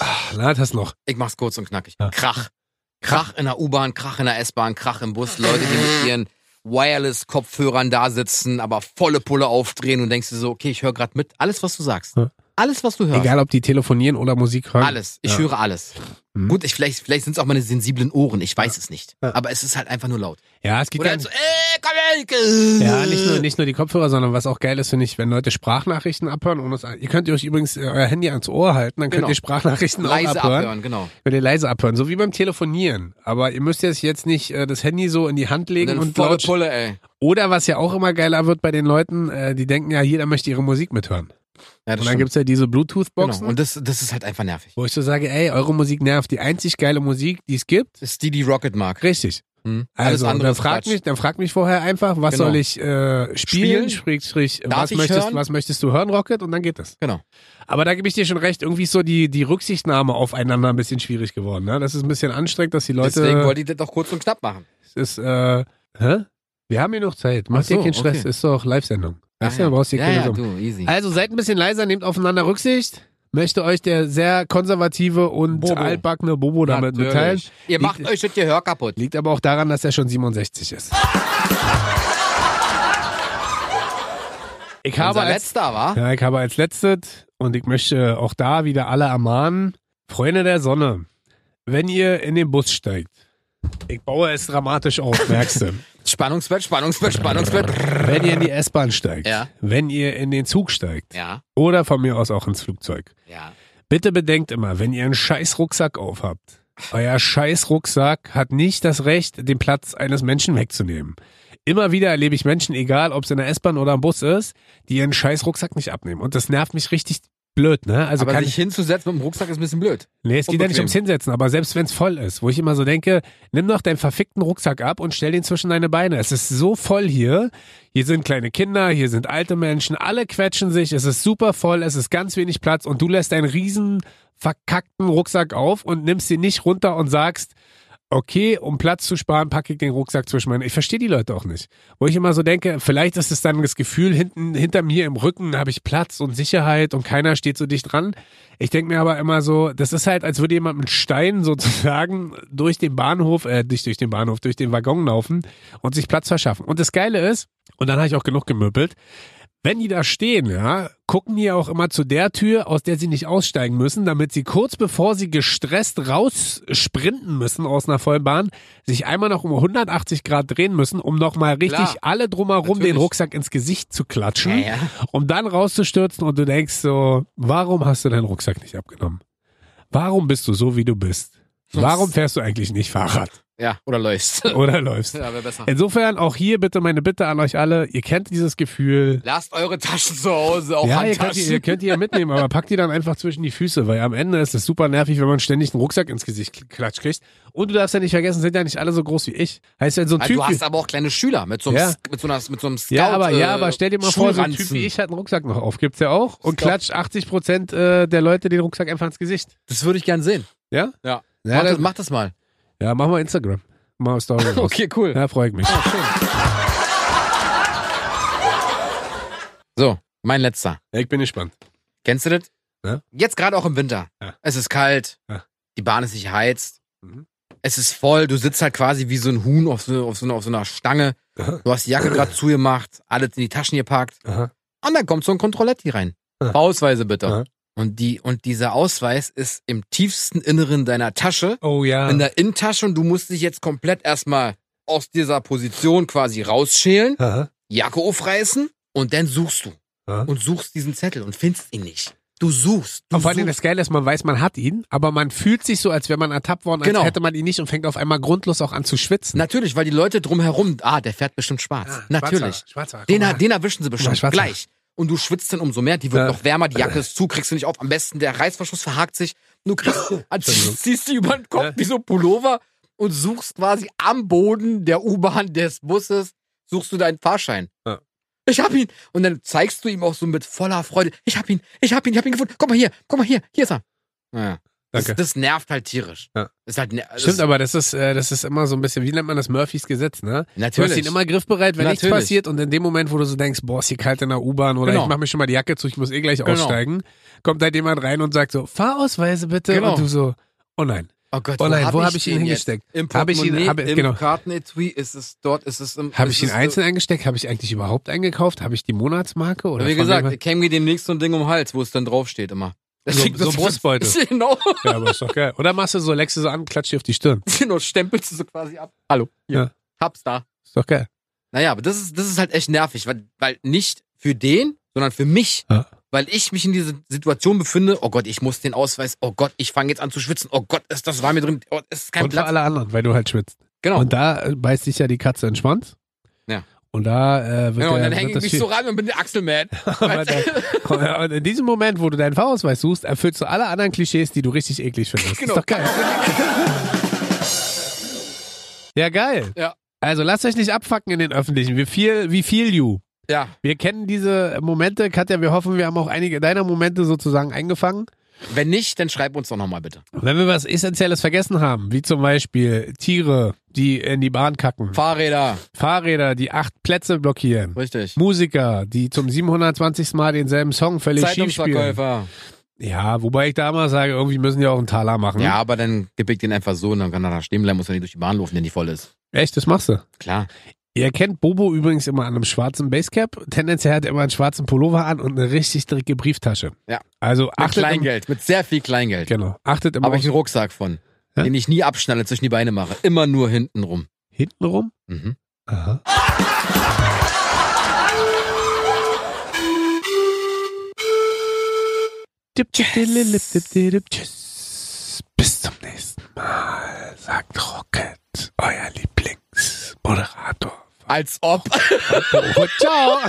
Speaker 2: Ach, na, das noch.
Speaker 1: Ich mach's kurz und knackig.
Speaker 2: Ja.
Speaker 1: Krach. Krach in der U-Bahn, Krach in der S-Bahn, Krach im Bus. Leute, die mit ihren Wireless-Kopfhörern da sitzen, aber volle Pulle aufdrehen und denkst du so, okay, ich höre gerade mit. Alles, was du sagst.
Speaker 2: Ja.
Speaker 1: Alles, was du hörst.
Speaker 2: Egal, ob die telefonieren oder Musik hören.
Speaker 1: Alles. Ich
Speaker 2: Ja.
Speaker 1: höre alles.
Speaker 2: Mhm.
Speaker 1: Gut, ich, vielleicht, vielleicht sind es auch meine sensiblen Ohren. Ich weiß es nicht.
Speaker 2: Ja.
Speaker 1: Aber es ist halt einfach nur laut.
Speaker 2: Ja, es geht
Speaker 1: Oder
Speaker 2: gar
Speaker 1: halt so,
Speaker 2: nicht.
Speaker 1: ey, komm her.
Speaker 2: Ja, nicht nur, nicht nur die Kopfhörer, sondern was auch geil ist, finde ich, wenn Leute Sprachnachrichten abhören. Ohne es, ihr könnt euch übrigens äh, euer Handy ans Ohr halten, dann könnt
Speaker 1: Genau.
Speaker 2: ihr Sprachnachrichten auch
Speaker 1: Leise
Speaker 2: abhören.
Speaker 1: abhören, genau.
Speaker 2: Könnt ihr leise abhören, so wie beim Telefonieren. Aber ihr müsst jetzt, jetzt nicht äh, das Handy so in die Hand
Speaker 1: Und
Speaker 2: legen
Speaker 1: dann
Speaker 2: und,
Speaker 1: volle
Speaker 2: laut.
Speaker 1: Pulle, ey.
Speaker 2: Oder was ja auch immer geiler wird bei den Leuten, äh, die denken ja, jeder möchte ihre Musik mithören.
Speaker 1: Ja,
Speaker 2: Und dann gibt's ja diese Bluetooth-Boxen,
Speaker 1: genau. Und das, das ist halt einfach nervig.
Speaker 2: wo ich so sage, ey, eure Musik nervt. Die einzig geile Musik, die es gibt,
Speaker 1: Das ist die, die Rocket mag.
Speaker 2: richtig.
Speaker 1: Hm? Alles
Speaker 2: Also,
Speaker 1: andere
Speaker 2: dann
Speaker 1: ist
Speaker 2: frag
Speaker 1: Quatsch.
Speaker 2: mich, dann frag mich vorher einfach, was
Speaker 1: Genau.
Speaker 2: soll ich äh,
Speaker 1: Spielen?
Speaker 2: spielen? Schrägstrich,
Speaker 1: Darf
Speaker 2: was
Speaker 1: ich
Speaker 2: möchtest,
Speaker 1: hören?
Speaker 2: was möchtest du hören, Rocket? Und dann geht das.
Speaker 1: Genau.
Speaker 2: Aber da gebe ich dir schon recht, irgendwie ist so die, die Rücksichtnahme aufeinander ein bisschen schwierig geworden. Ne? Das ist ein bisschen anstrengend, dass die Leute.
Speaker 1: Deswegen wollte ich das doch kurz und knapp machen.
Speaker 2: Es ist, äh, hä? Wir haben hier noch Zeit. Mach
Speaker 1: Ach
Speaker 2: dir
Speaker 1: so,
Speaker 2: keinen Stress.
Speaker 1: okay.
Speaker 2: Ist doch Live-Sendung. Ach ja, brauchst dir
Speaker 1: ja,
Speaker 2: keine
Speaker 1: ja,
Speaker 2: Sorgen.
Speaker 1: du, easy.
Speaker 2: Also seid ein bisschen leiser, nehmt aufeinander Rücksicht. Möchte euch der sehr konservative und
Speaker 1: Bobo.
Speaker 2: altbackene Bobo damit
Speaker 1: Natürlich.
Speaker 2: mitteilen.
Speaker 1: Ihr macht euch das Gehör kaputt.
Speaker 2: Liegt aber auch daran, dass er schon 67 ist. Ich habe,
Speaker 1: Unser
Speaker 2: als,
Speaker 1: letzter, war.
Speaker 2: ja, ich habe als letztes und ich möchte auch da wieder alle ermahnen, Freunde der Sonne, wenn ihr in den Bus steigt, ich baue es dramatisch auf,
Speaker 1: <laughs>
Speaker 2: merkst du.
Speaker 1: Spannungswert, Spannungswert, Spannungswert.
Speaker 2: Wenn ihr in die S-Bahn steigt,
Speaker 1: Ja.
Speaker 2: wenn ihr in den Zug steigt
Speaker 1: Ja,
Speaker 2: oder von mir aus auch ins Flugzeug,
Speaker 1: ja.
Speaker 2: bitte bedenkt immer, wenn ihr einen scheiß Rucksack aufhabt, euer scheiß Rucksack hat nicht das Recht, den Platz eines Menschen wegzunehmen. Immer wieder erlebe ich Menschen, egal ob es in der S-Bahn oder am Bus ist, die ihren scheiß Rucksack nicht abnehmen. Und das nervt mich richtig blöd, ne? Also
Speaker 1: Aber
Speaker 2: kann
Speaker 1: sich hinzusetzen mit dem Rucksack ist ein bisschen blöd.
Speaker 2: Nee, es geht ja
Speaker 1: Unbequem.
Speaker 2: nicht ums Hinsetzen, aber selbst wenn es voll ist, wo ich immer so denke, nimm doch deinen verfickten Rucksack ab und stell den zwischen deine Beine. Es ist so voll hier. Hier sind kleine Kinder, hier sind alte Menschen, alle quetschen sich, es ist super voll, es ist ganz wenig Platz und du lässt einen riesen verkackten Rucksack auf und nimmst ihn nicht runter und sagst, okay, um Platz zu sparen, packe ich den Rucksack zwischen meinen. Ich verstehe die Leute auch nicht. Wo ich immer so denke, vielleicht ist es dann das Gefühl, hinten, hinter mir im Rücken habe ich Platz und Sicherheit und keiner steht so dicht dran. Ich denke mir aber immer so, das ist halt, als würde jemand mit Steinen <laughs> sozusagen durch den Bahnhof, äh, nicht durch den Bahnhof, durch den Waggon laufen und sich Platz verschaffen. Und das Geile ist, und dann habe ich auch genug gemöbelt, wenn die da stehen, ja, gucken die auch immer zu der Tür, aus der sie nicht aussteigen müssen, damit sie kurz bevor sie gestresst raussprinten müssen aus einer vollen Bahn, sich einmal noch um 180 Grad drehen müssen, um nochmal richtig
Speaker 1: Klar.
Speaker 2: alle drumherum
Speaker 1: Natürlich.
Speaker 2: den Rucksack ins Gesicht zu klatschen,
Speaker 1: Ja, ja.
Speaker 2: um dann rauszustürzen und du denkst so, warum hast du deinen Rucksack nicht abgenommen? Warum bist du so, wie du bist? Warum fährst du eigentlich nicht Fahrrad
Speaker 1: Ja, oder läufst.
Speaker 2: oder läufst?
Speaker 1: <laughs> Ja, wäre besser.
Speaker 2: Insofern auch hier bitte meine Bitte an euch alle, ihr kennt dieses Gefühl,
Speaker 1: Lasst eure Taschen zu Hause, auch
Speaker 2: ja, ihr könnt, die,
Speaker 1: Handtaschen.
Speaker 2: ihr könnt die ja mitnehmen, aber packt die dann einfach zwischen die Füße, weil am Ende ist es super nervig, wenn man ständig einen Rucksack ins Gesicht kl- klatscht kriegt. Und du darfst ja nicht vergessen, sind ja nicht alle so groß wie ich. Heißt ja, so ein
Speaker 1: Ja,
Speaker 2: Typ.
Speaker 1: du
Speaker 2: wie-
Speaker 1: hast aber auch kleine Schüler mit so einem,
Speaker 2: Ja.
Speaker 1: Sk- mit so einer, mit so einem Scout.
Speaker 2: ja, aber, ja,
Speaker 1: äh,
Speaker 2: aber stell dir mal vor, so ein Typ
Speaker 1: Schulranzen.
Speaker 2: wie ich hat einen Rucksack noch auf, gibt's ja auch. Und
Speaker 1: Ist doch-
Speaker 2: klatscht 80 Prozent äh, der Leute den Rucksack einfach ins Gesicht.
Speaker 1: Das würde ich gern sehen.
Speaker 2: Ja?
Speaker 1: Ja.
Speaker 2: Ja,
Speaker 1: mach, das,
Speaker 2: dann-
Speaker 1: mach das
Speaker 2: <laughs>
Speaker 1: mal.
Speaker 2: Ja, mach mal Instagram. Mach
Speaker 1: <laughs>
Speaker 2: mal Story. raus.
Speaker 1: Okay, cool. Ah.
Speaker 2: Ja, freue ich mich.
Speaker 1: So, mein letzter.
Speaker 2: Ja, ich bin gespannt.
Speaker 1: Kennst du das?
Speaker 2: Ja.
Speaker 1: Jetzt gerade auch im Winter.
Speaker 2: Ja.
Speaker 1: Es ist kalt.
Speaker 2: Ja.
Speaker 1: Die Bahn ist nicht geheizt.
Speaker 2: Mhm.
Speaker 1: Es ist voll. Du sitzt halt quasi wie so ein Huhn auf so, auf so, einer- auf so einer Stange.
Speaker 2: Aha.
Speaker 1: Du hast die Jacke gerade zugemacht, alles in die Taschen gepackt.
Speaker 2: Aha.
Speaker 1: Und dann kommt so ein Kontrolletti rein.
Speaker 2: Ja.
Speaker 1: Ausweise bitte.
Speaker 2: Ja.
Speaker 1: Und, die, und dieser Ausweis ist im tiefsten Inneren deiner Tasche.
Speaker 2: Oh ja.
Speaker 1: in der Innentasche und du musst dich jetzt komplett erstmal aus dieser Position quasi rausschälen,
Speaker 2: Aha.
Speaker 1: Jacke aufreißen und dann suchst du.
Speaker 2: Ja.
Speaker 1: Und suchst diesen Zettel und findest ihn nicht. Du suchst. Du
Speaker 2: Und vor allem
Speaker 1: suchst.
Speaker 2: das Geile ist, man weiß, man hat ihn, aber man fühlt sich so, als wäre man ertappt worden, als
Speaker 1: Genau.
Speaker 2: hätte man ihn nicht und fängt auf einmal grundlos auch an zu schwitzen.
Speaker 1: Natürlich, weil die Leute drumherum, ah, der fährt bestimmt schwarz. Natürlich.
Speaker 2: Schwarzer,
Speaker 1: Den, den erwischen sie bestimmt
Speaker 2: Schwarzer.
Speaker 1: gleich. Und du schwitzt dann umso mehr, die wird
Speaker 2: Ja.
Speaker 1: noch wärmer, die Jacke ist zu, kriegst du nicht auf. Am besten der Reißverschluss verhakt sich. Du
Speaker 2: <laughs>
Speaker 1: kriegst, ah,
Speaker 2: Entschuldigung.
Speaker 1: <laughs> ziehst die über den Kopf
Speaker 2: Ja.
Speaker 1: wie so ein Pullover und suchst quasi am Boden der U-Bahn des Busses, suchst du deinen Fahrschein.
Speaker 2: Ja.
Speaker 1: Ich hab ihn. Und dann zeigst du ihm auch so mit voller Freude. Ich hab ihn, ich hab ihn, ich hab ihn gefunden. Guck mal hier, guck mal hier, hier ist er. Naja. Das,
Speaker 2: Danke.
Speaker 1: das nervt halt tierisch.
Speaker 2: Ja.
Speaker 1: Ist halt, ner-
Speaker 2: Stimmt,
Speaker 1: das,
Speaker 2: aber das ist, äh, das ist immer so ein bisschen, wie nennt man das Murphys Gesetz, ne? Du hast
Speaker 1: natürlich.
Speaker 2: ihn immer griffbereit, wenn nichts
Speaker 1: Natürlich.
Speaker 2: passiert und in dem Moment, wo du so denkst, boah, ist hier kalt in der U-Bahn oder
Speaker 1: Genau.
Speaker 2: ich mach mir schon mal die Jacke zu, ich muss eh gleich
Speaker 1: Genau.
Speaker 2: aussteigen, kommt halt jemand rein und sagt so, Fahrausweise bitte
Speaker 1: Genau.
Speaker 2: und du so, oh nein,
Speaker 1: oh Gott,
Speaker 2: oh nein, wo habe ich, ihn
Speaker 1: den jetzt?
Speaker 2: hingesteckt?
Speaker 1: Im
Speaker 2: Hab ich ihn-
Speaker 1: Portemonnaie,
Speaker 2: hab-
Speaker 1: im
Speaker 2: genau.
Speaker 1: Kartenetui ist es dort, ist es im...
Speaker 2: Habe
Speaker 1: ist
Speaker 2: ich ihn
Speaker 1: es- äh,
Speaker 2: einzeln eingesteckt? Habe ich eigentlich überhaupt eingekauft? Habe ich die Monatsmarke? Oder
Speaker 1: Wie
Speaker 2: von wem-
Speaker 1: gesagt, käme mir demnächst so ein Ding um den Hals, wo es dann draufsteht immer.
Speaker 2: <laughs> So-
Speaker 1: liegt
Speaker 2: so
Speaker 1: das-
Speaker 2: Brustbeutel.
Speaker 1: <laughs> Genau,
Speaker 2: Ja, aber ist doch geil. Oder machst du so, leckst du so an, klatscht dir auf die Stirn.
Speaker 1: genau, stempelst du so quasi ab. Hallo, hier,
Speaker 2: Ja.
Speaker 1: hab's da.
Speaker 2: Ist doch geil.
Speaker 1: Naja, aber das ist, das ist halt echt nervig, weil, weil nicht für den, sondern für mich.
Speaker 2: Ja.
Speaker 1: Weil ich mich in dieser Situation befinde, oh Gott, ich muss den Ausweis, oh Gott, ich fange jetzt an zu schwitzen, oh Gott, ist das warm hier drin, oh, ist kein
Speaker 2: und für
Speaker 1: Platz.
Speaker 2: alle anderen, weil du halt schwitzt.
Speaker 1: Genau.
Speaker 2: Und da äh, beißt sich ja die Katze entspannt.
Speaker 1: Ja.
Speaker 2: Und da äh, wird
Speaker 1: genau, und
Speaker 2: der,
Speaker 1: dann hänge
Speaker 2: wird
Speaker 1: ich
Speaker 2: das
Speaker 1: mich
Speaker 2: viel-
Speaker 1: so rein und bin der Axelman.
Speaker 2: <laughs> Aber da- Und in diesem Moment, wo du deinen Fahrausweis suchst, erfüllst du alle anderen Klischees, die du richtig eklig findest.
Speaker 1: Genau.
Speaker 2: Ist doch geil. ja, geil.
Speaker 1: Ja.
Speaker 2: Also lasst euch nicht abfacken in den Öffentlichen. Wie viel, wie viel you.
Speaker 1: ja,
Speaker 2: Wir kennen diese Momente. Katja, wir hoffen, wir haben auch einige deiner Momente sozusagen eingefangen.
Speaker 1: wenn nicht, dann schreib uns doch nochmal bitte.
Speaker 2: Wenn wir was Essentielles vergessen haben, wie zum Beispiel Tiere, die in die Bahn kacken,
Speaker 1: Fahrräder,
Speaker 2: Fahrräder, die acht Plätze blockieren,
Speaker 1: richtig.
Speaker 2: Musiker, die zum 720. Mal denselben Song völlig schief spielen.
Speaker 1: Zeitungsverkäufer.
Speaker 2: Ja, wobei ich da mal sage, irgendwie müssen die auch einen Taler machen.
Speaker 1: Ja, aber dann gebe ich den einfach so und dann kann er da stehen bleiben, muss er nicht durch die Bahn laufen, wenn die voll ist.
Speaker 2: Echt, das machst du.
Speaker 1: Klar.
Speaker 2: Ihr kennt Bobo übrigens immer an einem schwarzen Basecap. Tendenziell hat er immer einen schwarzen Pullover an und eine richtig dicke Brieftasche.
Speaker 1: Ja.
Speaker 2: Also
Speaker 1: Mit
Speaker 2: achtet, im,
Speaker 1: Kleingeld, mit sehr viel Kleingeld.
Speaker 2: genau, achtet immer
Speaker 1: Habe
Speaker 2: auf,
Speaker 1: ich einen Rucksack von,
Speaker 2: Hä?
Speaker 1: den ich nie abschnalle, zwischen die Beine mache. Immer nur hinten rum.
Speaker 2: hintenrum.
Speaker 1: Mhm.
Speaker 2: Aha. Dip, dip, dip, dip, dip, dip, Tschüss. Bis zum nächsten Mal, sagt Rocket, euer Lieblingsmoderator.
Speaker 1: Als ob.
Speaker 2: Ciao.